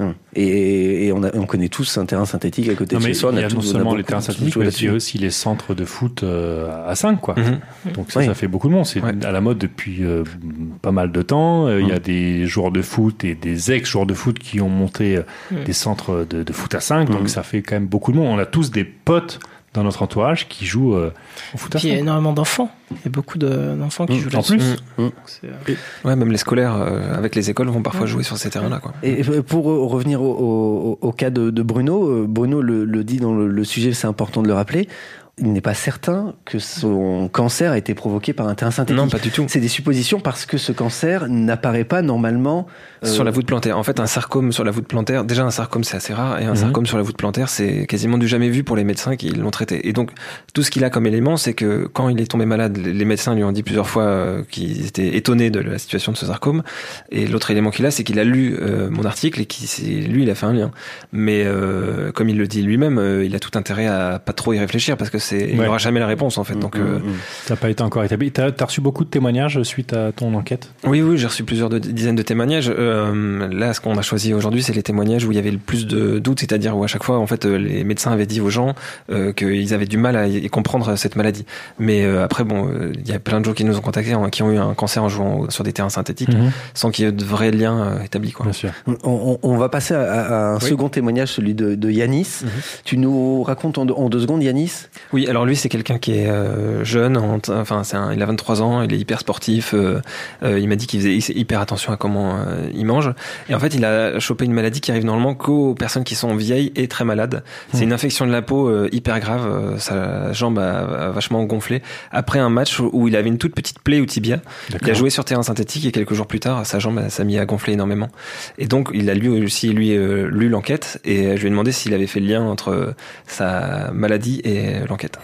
B: Hum. Et, et on, a- on connaît tous un terrain synthétique à côté
A: Non
B: de
A: mais
B: chez soi.
A: il y a
B: tous-
A: non seulement les
B: beaucoup-
A: terrains
B: tous- tous
A: synthétiques, mais
B: là-dessus.
A: aussi, aussi les centres de foot euh, à 5 quoi. Mm.
E: Mhm.
A: Donc ça,
B: Oui.
A: ça fait beaucoup de monde. C'est
E: Ouais.
A: à la mode depuis euh, pas mal de temps. Euh, Il y a des joueurs de foot et des ex-joueurs de foot qui ont monté euh,
F: Mm.
A: des centres de, de foot à 5. Donc
B: Mm.
A: ça fait quand même beaucoup de monde. On a tous des potes dans notre entourage qui jouent euh, au foot à
F: Puis il y a
A: 5.
F: énormément d'enfants. Il y a beaucoup de- d'enfants qui
A: Mm.
F: jouent
A: En
F: là-dessus.
A: plus.
B: Mm.
F: Donc, c'est, euh,
E: Ouais, même les scolaires euh, avec les écoles vont parfois jouer sur ces terrains-là. Quoi.
B: Et euh, pour euh, revenir au, au- au- au cas de, de Bruno, euh, Bruno le, le dit dans le, le sujet, c'est important de le rappeler. Il n'est pas certain que son cancer a été provoqué par un terrain synthétique.
E: Non, pas du tout.
B: C'est des suppositions parce que ce cancer n'apparaît pas normalement euh,
E: Sur la voûte plantaire. En fait, un sarcome sur la voûte plantaire, déjà un sarcome c'est assez rare, et un
A: Mhm.
E: sarcome sur la voûte plantaire c'est quasiment du jamais vu pour les médecins qui l'ont traité. Et donc, tout ce qu'il a comme élément, c'est que quand il est tombé malade, les les médecins lui ont dit plusieurs fois euh, qu'ils étaient étonnés de la situation de ce sarcome. Et l'autre élément qu'il a, c'est qu'il a lu euh, mon article et qui lui, il a fait un lien. Mais euh, comme il le dit lui-même, euh, il a tout intérêt à pas trop y réfléchir parce que c'est, il
A: Ouais. Mm,
E: n'aura jamais la réponse en fait. Donc, euh,
A: Ça n'a pas été encore établi. T'as as reçu beaucoup de témoignages suite à ton enquête
E: Oui, oui, j'ai reçu plusieurs de- dizaines de témoignages. Euh, là, ce qu'on a choisi aujourd'hui, c'est les témoignages où il y avait le plus de doutes, c'est-à-dire où à chaque fois, en fait, euh, les médecins avaient dit aux gens euh, qu'ils avaient du mal à y comprendre cette maladie. Mais euh, après, bon, euh, il y a plein de gens qui nous ont contactés, hein, qui ont eu un cancer en jouant au- sur des terrains synthétiques, sans qu'il y ait de vrais liens euh, établis. Quoi.
A: Bien sûr.
B: On, on- on va passer à, à un
E: Oui. Mhm.
B: second témoignage, celui de, de Yanis. Tu nous racontes en, deux- en deux secondes, Yanis
E: oui, alors lui, c'est quelqu'un qui est euh, jeune, en- enfin, c'est un- il a 23 ans, il est hyper sportif. euh, euh, il m'a dit qu'il faisait hy- hyper attention à comment euh, il mange. Et en fait, il a chopé une maladie qui arrive normalement qu'aux personnes qui sont vieilles et très malades. C'est une infection de la peau euh, hyper grave. euh, sa jambe a, a vachement gonflé. Après un match où il avait une toute petite plaie au tibia, il a joué sur terrain synthétique et quelques jours plus tard, sa jambe elle, s'est mise à gonfler énormément. Et donc, il a lu aussi lui euh, lu l'enquête et je lui ai demandé s'il avait fait le lien entre euh, sa maladie et euh, l'enquête.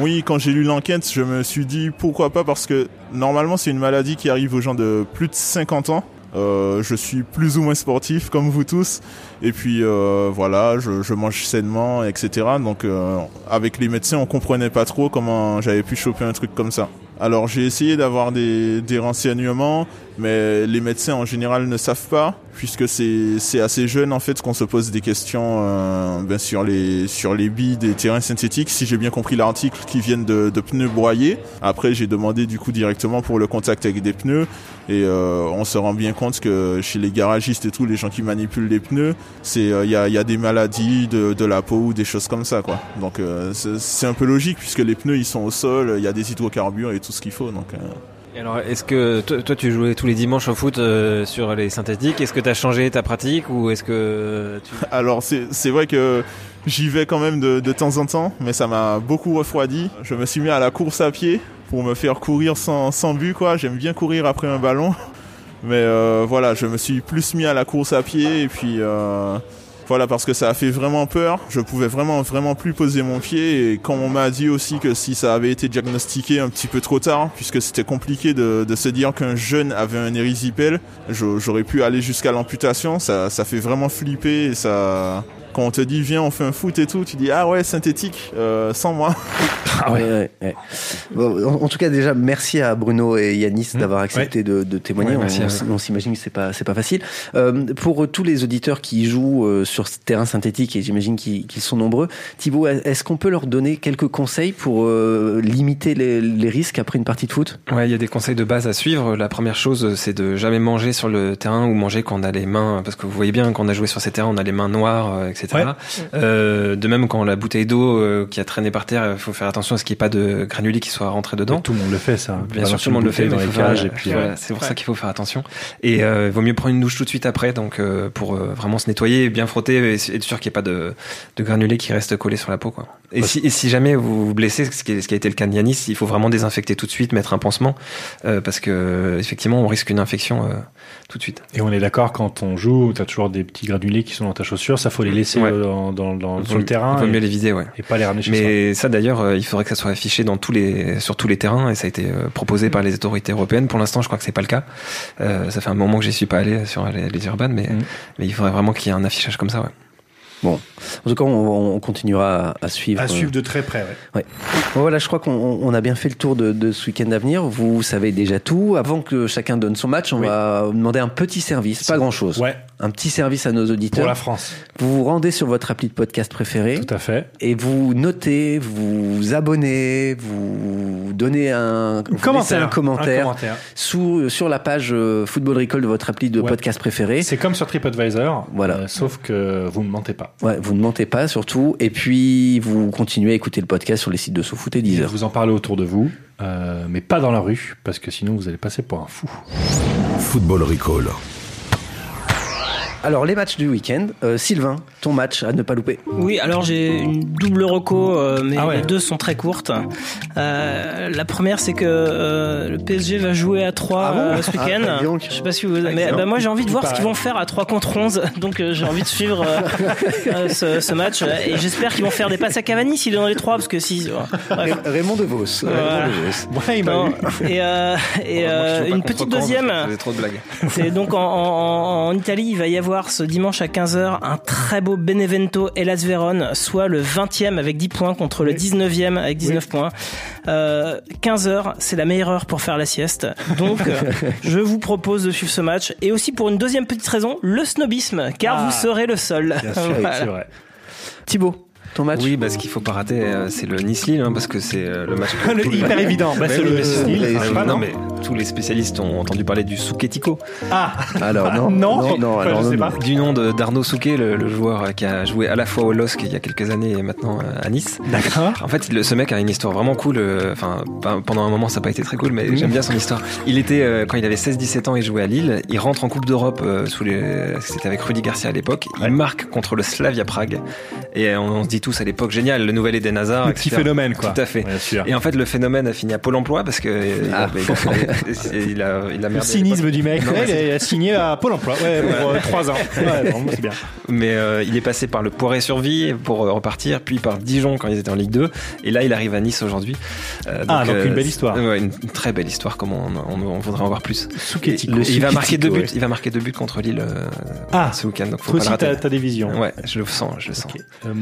H: Oui, quand j'ai lu l'enquête, je me suis dit pourquoi pas parce que normalement c'est une maladie qui arrive aux gens de plus de 50 ans. Euh, je suis plus ou moins sportif comme vous tous et puis euh, voilà, je, je mange sainement, etc. Donc euh, avec les médecins, on comprenait pas trop comment j'avais pu choper un truc comme ça. Alors j'ai essayé d'avoir des, des renseignements, mais les médecins en général ne savent pas, puisque c'est c'est assez jeune en fait qu'on se pose des questions euh, ben, sur les sur les billes des terrains synthétiques. Si j'ai bien compris l'article, qui viennent de, de pneus broyés. Après j'ai demandé du coup directement pour le contact avec des pneus, et euh, on se rend bien compte que chez les garagistes et tout, les gens qui manipulent les pneus, c'est euh, il y, a, il y a des maladies de, de la peau ou des choses comme ça quoi. Donc euh, c'est c'est un peu logique puisque les pneus ils sont au sol, il y a des hydrocarbures et tout ce qu'il faut. Donc euh,
E: Alors, est-ce que toi, toi, tu jouais tous les dimanches au foot euh, sur les synthétiques Est-ce que tu as changé ta pratique ou est-ce que euh, tu...
H: Alors c'est c'est vrai que j'y vais quand même de, de temps en temps, mais ça m'a beaucoup refroidi. Je me suis mis à la course à pied pour me faire courir sans, sans but quoi. J'aime bien courir après un ballon, mais euh, voilà, je me suis plus mis à la course à pied et puis euh, voilà parce que ça a fait vraiment peur. Je pouvais vraiment vraiment plus poser mon pied et quand on m'a dit aussi que si ça avait été diagnostiqué un petit peu trop tard, hein, puisque c'était compliqué de, de se dire qu'un jeune avait un érysipèle, je- j'aurais pu aller jusqu'à l'amputation. Ça ça fait vraiment flipper et ça. Quand on te dit viens on fait un foot et tout, tu dis ah ouais synthétique euh, sans moi.
E: Ah
B: Ouais, ouais, ouais. Bon, en, en tout cas, déjà, merci à Bruno et Yanis d'avoir accepté de, de témoigner.
E: Mhm. Ouais,
B: On-
E: merci,
B: on
E: ouais.
B: s- on s'imagine que c'est pas, c'est pas facile. Euh, pour tous les auditeurs qui jouent euh, sur ce terrain synthétique, et j'imagine qu'ils qu'ils sont nombreux, Thibaut, est-ce qu'on peut leur donner quelques conseils pour euh, limiter les, les risques après une partie de foot
E: Ouais, il y a des conseils de base à suivre. La première chose, euh, c'est de jamais manger sur le terrain ou manger quand on a les mains, parce que vous voyez bien quand on a joué sur ces terrains, on a les mains noires, euh, etc.
A: Ouais.
E: Euh, de même, quand la bouteille d'eau euh, qui a traîné par terre, il faut faire attention à ce qu'il n'y ait pas de granulés qui soient rentrés dedans.
A: Tout le monde le fait, ça.
E: Bien
A: Balancer
E: sûr, tout le
A: une
E: monde le fait,
A: bouteille
E: mais
A: dans les
E: faut faire-
A: cages. Et puis,
E: voilà,
A: euh,
E: c'est pour ça qu'il faut faire attention. Et euh, il vaut mieux prendre une douche tout de suite après, donc euh, pour euh, vraiment se nettoyer, bien frotter, et être sûr qu'il n'y ait pas de, de granulés qui restent collés sur la peau. Quoi. Et, si, et si jamais vous vous blessez, ce qui, est- ce qui a été le cas de Yanis, il faut vraiment désinfecter tout de suite, mettre un pansement, euh, parce que euh, effectivement, on risque une infection euh, tout de suite.
A: Et on est d'accord, quand on joue, t'as toujours des petits granulés qui sont dans ta chaussure. Ça, faut les laisser
E: Ouais.
A: euh, dans, dans- dans-
E: Vaut
A: sur le
E: mieux-
A: terrain
E: vaut mieux
A: et,
E: les vider, ouais.
A: et pas les ramener chez soi.
E: Mais ça d'ailleurs, euh, il faudrait que ça soit affiché dans tous les, sur tous les terrains et ça a été euh,
A: Mm.
E: proposé par les autorités européennes. Pour l'instant, je crois que c'est pas le cas. Euh, ça fait un moment que j'y suis pas allé euh, sur les, les urbaines, mais,
A: Mm.
E: mais il faudrait vraiment qu'il y ait un affichage comme ça. Ouais.
B: En tout cas, on, on continuera à, à suivre.
A: À
B: euh,
A: suivre de très près, ouais.
B: Bon, Voilà, je crois qu'on on- on a bien fait le tour de, de ce week-end à venir. Vous savez déjà tout. Avant que chacun donne son match, on
A: Oui.
B: va demander un petit service, pas grand-chose.
A: Ouais,
B: Un petit service à nos
A: pour la
B: auditeurs.
A: France.
B: Vous vous rendez sur votre appli de podcast préféré
A: Tout à fait.
B: et vous notez, vous vous abonnez, vous donnez un, vous laissez un commentaire sous, sur la page euh, Football Recall de votre appli de
A: Ouais.
B: podcast préféré.
A: C'est comme sur TripAdvisor.
B: Voilà.
A: euh, sauf que vous ne mentez pas.
B: Ouais, vous ne mentez pas surtout. Et puis, vous continuez à écouter le podcast sur les sites de SoFoot et Deezer.
A: Vous en parlez autour de vous, euh, mais pas dans la rue, parce que sinon vous allez passer pour un fou.
C: Football Recall.
B: Alors, les matchs du week-end. Euh, Sylvain, ton match à ne pas louper.
F: Oui, alors j'ai une double reco, euh, mais
A: Ah ouais.
F: les deux sont très courtes. Euh, la première, c'est que euh, le PSG va jouer à 3
B: Ah bon
F: euh, ce week-end.
B: Ah, dis donc.
F: je sais pas si vous. Mais
B: Excellent.
F: bah, moi, j'ai envie de voir ce
A: paraît.
F: qu'ils vont faire à 3 contre 11, donc euh, j'ai envie de suivre euh, euh, ce, ce match. Et j'espère qu'ils vont faire des passes à Cavani s'ils donnent les 3, parce que si. bref.
B: Ra- Raymond DeVos.
F: Voilà.
B: Raymond DeVos.
A: Ouais, il m'a
F: Non.
A: eu.
F: Et, euh, et euh, une petite deuxième.
E: trop de blagues.
F: C'est donc en, en- en Italie, il va y avoir ce dimanche à 15h un très beau Benevento Hellas Vérone, soit le 20e avec 10 points contre le 19e avec 19 points. Euh, 15h, c'est la meilleure heure pour faire la sieste. Donc, euh, je vous propose de suivre ce match. Et aussi pour une deuxième petite raison, le snobisme, car
A: Ah.
F: vous serez le seul.
A: Bien sûr,
F: Voilà.
A: c'est vrai.
B: Thibaut, ton match.
E: Oui, bah, ce qu'il faut pas rater, euh, c'est le Nice-Lille, hein, parce que c'est euh, le match. que tout le-
A: Hyper évident. Bah,
E: Mais
A: c'est
E: oui,
A: le
E: mais c'est-
A: Nice-Lille,
E: mais
A: c'est
E: oui,
A: pas,
E: non,
A: non
E: mais tous les spécialistes ont entendu parler du Souketiko.
A: Ah,
B: Alors non,
A: non,
B: non, non,
A: enfin,
B: alors,
A: je sais
B: non,
A: pas.
B: non.
E: Du nom de- d'Arnaud Souquet, le, le joueur euh, qui a joué à la fois au LOSC il y a quelques années et maintenant euh, à Nice.
A: D'accord.
E: En fait, le- ce mec a une histoire vraiment cool. euh, Enfin, pe- pendant un moment, ça n'a pas été très cool, mais j'aime bien son histoire. Il était, euh, quand il avait 16-17 ans, il jouait à Lille. Il rentre en Coupe d'Europe euh, sous les. C'était avec Rudy Garcia à l'époque. Il marque contre le Slavia Prague. Et on, on se dit tous à l'époque, génial, le nouvel Eden Hazard.
A: Le petit
E: etc.
A: phénomène, quoi.
E: Ah, Tout à fait.
A: Bien sûr.
E: Et en fait, le phénomène a fini à Pôle emploi parce que. euh, il a-
B: Ah.
E: il a- il a- il
A: Le
E: a merdé à l'époque.
A: cynisme du mec.
E: Non,
A: Ouais,
E: mais
A: il a- il a signé à Pôle emploi. Ouais, pour 3 ans. Ouais, bon, c'est bien.
E: Mais euh, il est passé par le Poiré sur Vie pour euh, repartir, puis par Dijon quand ils étaient en Ligue 2. Et là, il arrive à Nice aujourd'hui. Euh,
A: Ah, donc une belle histoire.
E: ouais, une très belle histoire, comme on, on- on voudrait en voir plus.
A: Souketiko.
E: Et il, va marquer deux buts,
A: ouais.
E: il va marquer deux buts contre Lille euh,
A: Ah,
E: ce week-end, donc
A: toi
E: faut pas le
A: aussi,
E: rater.
A: t'as t'as des visions.
E: Ouais, je le sens, je le sens.
A: Ok. Euh,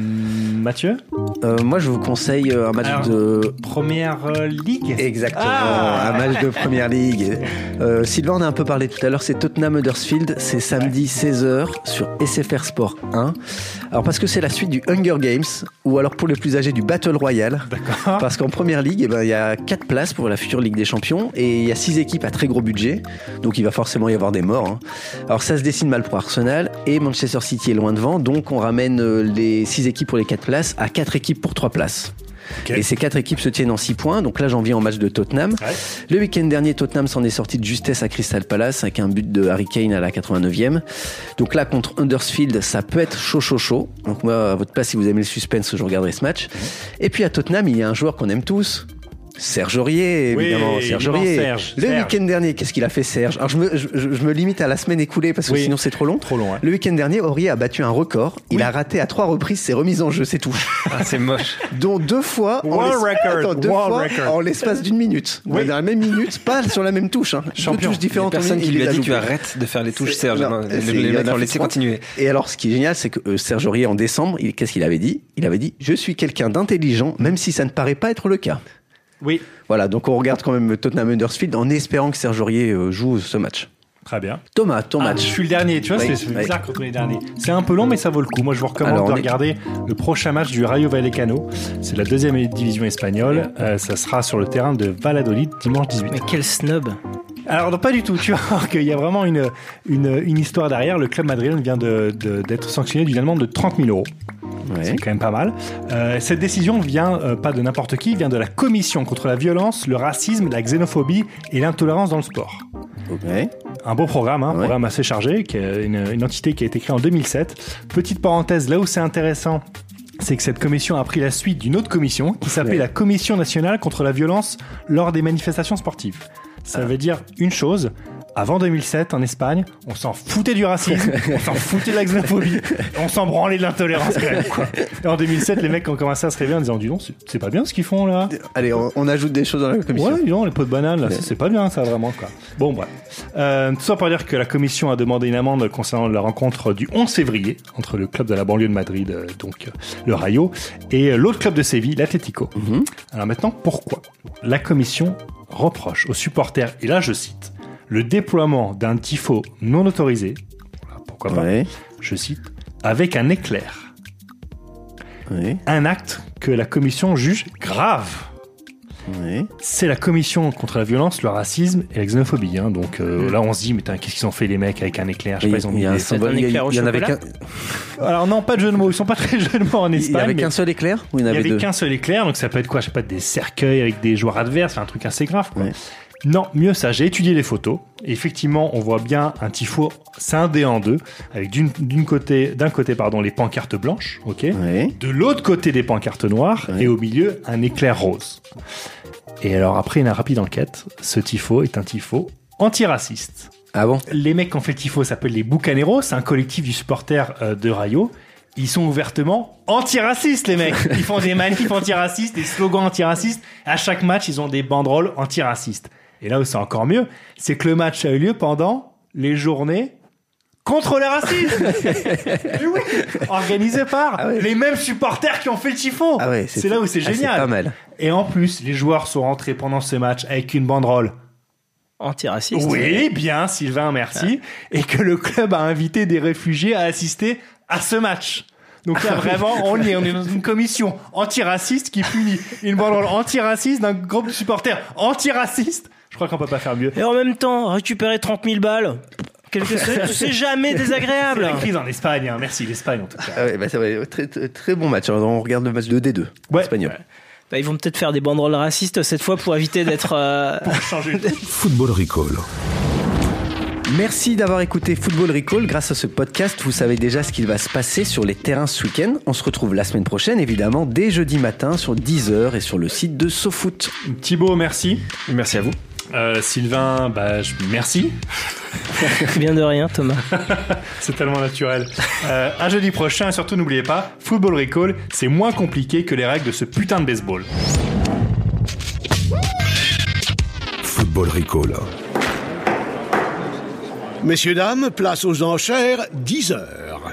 A: Mathieu
B: Euh, moi, je vous conseille euh, un match
A: Alors.
B: de.
A: Première
B: euh,
A: ligue
B: Exactement,
A: Ah
B: un match de première ligue. Euh, Sylvain en a un peu parlé tout à l'heure, c'est Tottenham Huddersfield, c'est samedi 16h sur SFR Sport 1. Alors parce que c'est la suite du Hunger Games, ou alors pour les plus âgés du Battle Royale. Parce qu'en première ligue, eh ben, il y a 4 places pour la future Ligue des Champions et il y a 6 équipes à très gros budget, donc il va forcément y avoir des morts. hein. Alors ça se dessine mal pour Arsenal et Manchester City est loin devant, donc on ramène euh, les 6 équipes pour les 4 places à 4 équipes pour 3 places. Et ces quatre équipes se tiennent en 6 points. Donc là, j'en viens au match de Tottenham. Le week-end dernier, Tottenham s'en est sorti de justesse à Crystal Palace avec un but de Harry Kane à la 89e. Donc là, contre Huddersfield, ça peut être chaud, chaud, chaud. Donc moi, à votre place, si vous aimez le suspense, je regarderai ce match.
A: Mhm.
B: Et puis à Tottenham, il y a un joueur qu'on aime tous. Serge Aurier,
A: Oui,
B: évidemment. Serge
A: évidemment,
B: Aurier.
A: Serge,
B: le
A: Serge.
B: week-end dernier, qu'est-ce qu'il a fait, Serge Alors je me, je, je- je me limite à la semaine écoulée parce que
A: Oui.
B: sinon c'est trop long.
A: Trop long, ouais.
B: Le week-end dernier, Aurier a battu un record. Il a raté à trois reprises ses remises en jeu, c'est tout
E: Ah, c'est moche.
B: dont deux fois en
A: World
B: l'espace-
A: record,
B: attends, deux
A: world
B: fois
A: record.
B: en l'espace d'une minute.
A: Oui.
B: Dans la même minute, pas sur la même touche. Hein.
E: Champion.
B: Deux touches différentes. en
E: Personne
B: minute,
E: qui
B: il
E: lui
B: les
E: a dit
B: loupées.
E: tu arrêtes de faire les touches, Serge.
B: Non,
E: Non, les-
B: c'est-
E: les
B: il en
E: mecs
B: a
E: ont
B: fait
E: laissé
B: trois.
E: continuer.
B: Et alors, ce qui est génial, c'est que euh, Serge Aurier, en décembre, il- qu'est-ce qu'il avait dit Il avait dit Je suis quelqu'un d'intelligent, même si ça ne paraît pas être le cas.
A: Oui.
B: Voilà, donc on regarde quand même Tottenham Huddersfield en espérant que Serge Aurier euh, joue ce match.
A: Très bien.
B: Thomas, ton
A: Ah, je
B: match.
A: suis le dernier, tu vois,
B: Oui,
A: c'est- c'est
B: oui.
A: bizarre quand on est dernier. C'est un peu long, mais ça vaut le coup. Moi, je vous recommande
B: Alors,
A: de
B: on est-
A: regarder le prochain match du Rayo Vallecano. C'est la deuxième division espagnole. Euh, ça sera sur le terrain de Valladolid dimanche 18.
F: Mais quel snob
A: Alors non, pas du tout, tu vas voir qu'il y a vraiment une, une, une histoire derrière. Le club madrilène vient de- de- d'être sanctionné d'une amende de 30 000 euros.
B: Ouais.
A: C'est quand même pas mal. Euh, cette décision vient euh, pas de n'importe qui, vient de la Commission contre la violence, le racisme, la xénophobie et l'intolérance dans le sport.
B: Ouais.
A: Un beau programme, hein, un
B: Ouais.
A: programme assez chargé, qui est une, une entité qui a été créée en 2007. Petite parenthèse, là où c'est intéressant, c'est que cette commission a pris la suite d'une autre commission qui s'appelait
B: Ouais.
A: la Commission nationale contre la violence lors des manifestations sportives. Ça
B: Ah.
A: veut dire une chose. Avant 2007, en Espagne, on s'en foutait du racisme, on s'en foutait de la xénophobie, on s'en branlait de l'intolérance quand même. quoi. Et en 2007, les mecs ont commencé à se réveiller en disant, dis donc, c'est- c'est pas bien ce qu'ils font là.
B: Allez, on, on ajoute des choses dans la commission.
A: Ouais, dis donc, les pots de banane, là, ça, c'est pas bien, ça, vraiment, quoi. Bon, bref. Euh, tout ça pour dire que la commission a demandé une amende concernant la rencontre du 11 février entre le club de la banlieue de Madrid, euh, donc euh, le Rayo, et euh, l'autre club de Séville, l'Atlético.
B: Mhm.
A: Alors maintenant, pourquoi La commission reproche aux supporters, et là, je cite, le déploiement d'un tifo non autorisé, Voilà, pourquoi pas,
B: Ouais,
A: je cite, avec un éclair
B: ouais,
A: un acte que la commission juge grave.
B: ouais.
A: C'est la commission contre la violence, le racisme et la xénophobie. hein. Donc euh, là, on se dit, mais tain, qu'est-ce qu'ils ont fait les mecs avec un éclair Je sais pas, ils ont
B: Mm. Il y
A: mis
B: a un
A: des-
B: symbole.
F: un
B: il y a-
F: éclair au
B: il y en avait
F: chocolat
B: qu'un-
A: Alors non, pas de jeu de mots. Ils sont pas très jeux de mots en
B: il y
A: Espagne.
B: avait
A: mais
B: qu'un seul éclair ou il y en
A: il y
B: avait
A: avait
B: deux
A: qu'un seul éclair, donc ça peut être quoi Je sais pas, des cercueils avec des joueurs adverses, enfin, un truc assez grave. quoi.
B: Ouais.
A: Non, mieux ça. J'ai étudié les photos. Et effectivement, on voit bien un tifo scindé en deux, avec d'une d'une côté, d'un côté, pardon, les pancartes blanches, ok,
B: Ouais.
A: de l'autre côté des pancartes noires
B: Ouais.
A: et au milieu un éclair rose. Et alors après une rapide enquête, ce tifo est un tifo antiraciste.
B: Ah bon
A: Les mecs qui ont fait le tifo s'appellent les Bucaneros, c'est un collectif du supporter euh, de Rayo. Ils sont ouvertement antiracistes, les mecs. Ils font des manifs antiracistes, des slogans antiracistes. À chaque match, ils ont des banderoles antiracistes. Et là où c'est encore mieux, c'est que le match a eu lieu pendant les journées contre le racisme. Mais oui, organisé par
B: Ah ouais.
A: les mêmes supporters qui ont fait le tifo.
B: Ah ouais,
A: c'est là où c'est
B: ah,
A: génial.
B: pas mal.
A: Et en plus, les joueurs sont rentrés pendant ce match avec une banderole.
F: Antiraciste
A: Oui, bien, Sylvain, merci. Et que le club a invité des réfugiés à assister à ce match. Donc là, vraiment, on y est, on est dans une commission antiraciste qui punit une banderole antiraciste d'un groupe de supporters antiracistes. Je crois qu'on peut pas faire mieux.
F: Et en même temps, récupérer 30 000 balles, quelque chose, c'est jamais désagréable.
A: La crise en Espagne, hein. merci l'Espagne en tout cas.
B: Ah ouais, bah, ça va être très, très- très bon match. Alors, on regarde le match de D2
A: Ouais.
B: espagnol.
F: Bah, ils vont peut-être faire des banderoles racistes cette fois pour éviter d'être. euh,
A: Pour changer.
C: Football Recall.
B: Merci d'avoir écouté Football Recall. Grâce à ce podcast, vous savez déjà ce qu'il va se passer sur les terrains ce week-end. On se retrouve la semaine prochaine, évidemment, dès jeudi matin sur 10h et sur le site de SoFoot.
A: Thibaut, merci.
E: Merci à vous.
A: Euh, Sylvain, bah, je- merci.
F: Bien de rien, Thomas.
A: C'est tellement naturel. Euh, à jeudi prochain, et surtout n'oubliez pas, Football Recall, c'est moins compliqué que les règles de ce putain de baseball.
C: Football Recall.
J: Messieurs, dames, place aux enchères, 10 heures.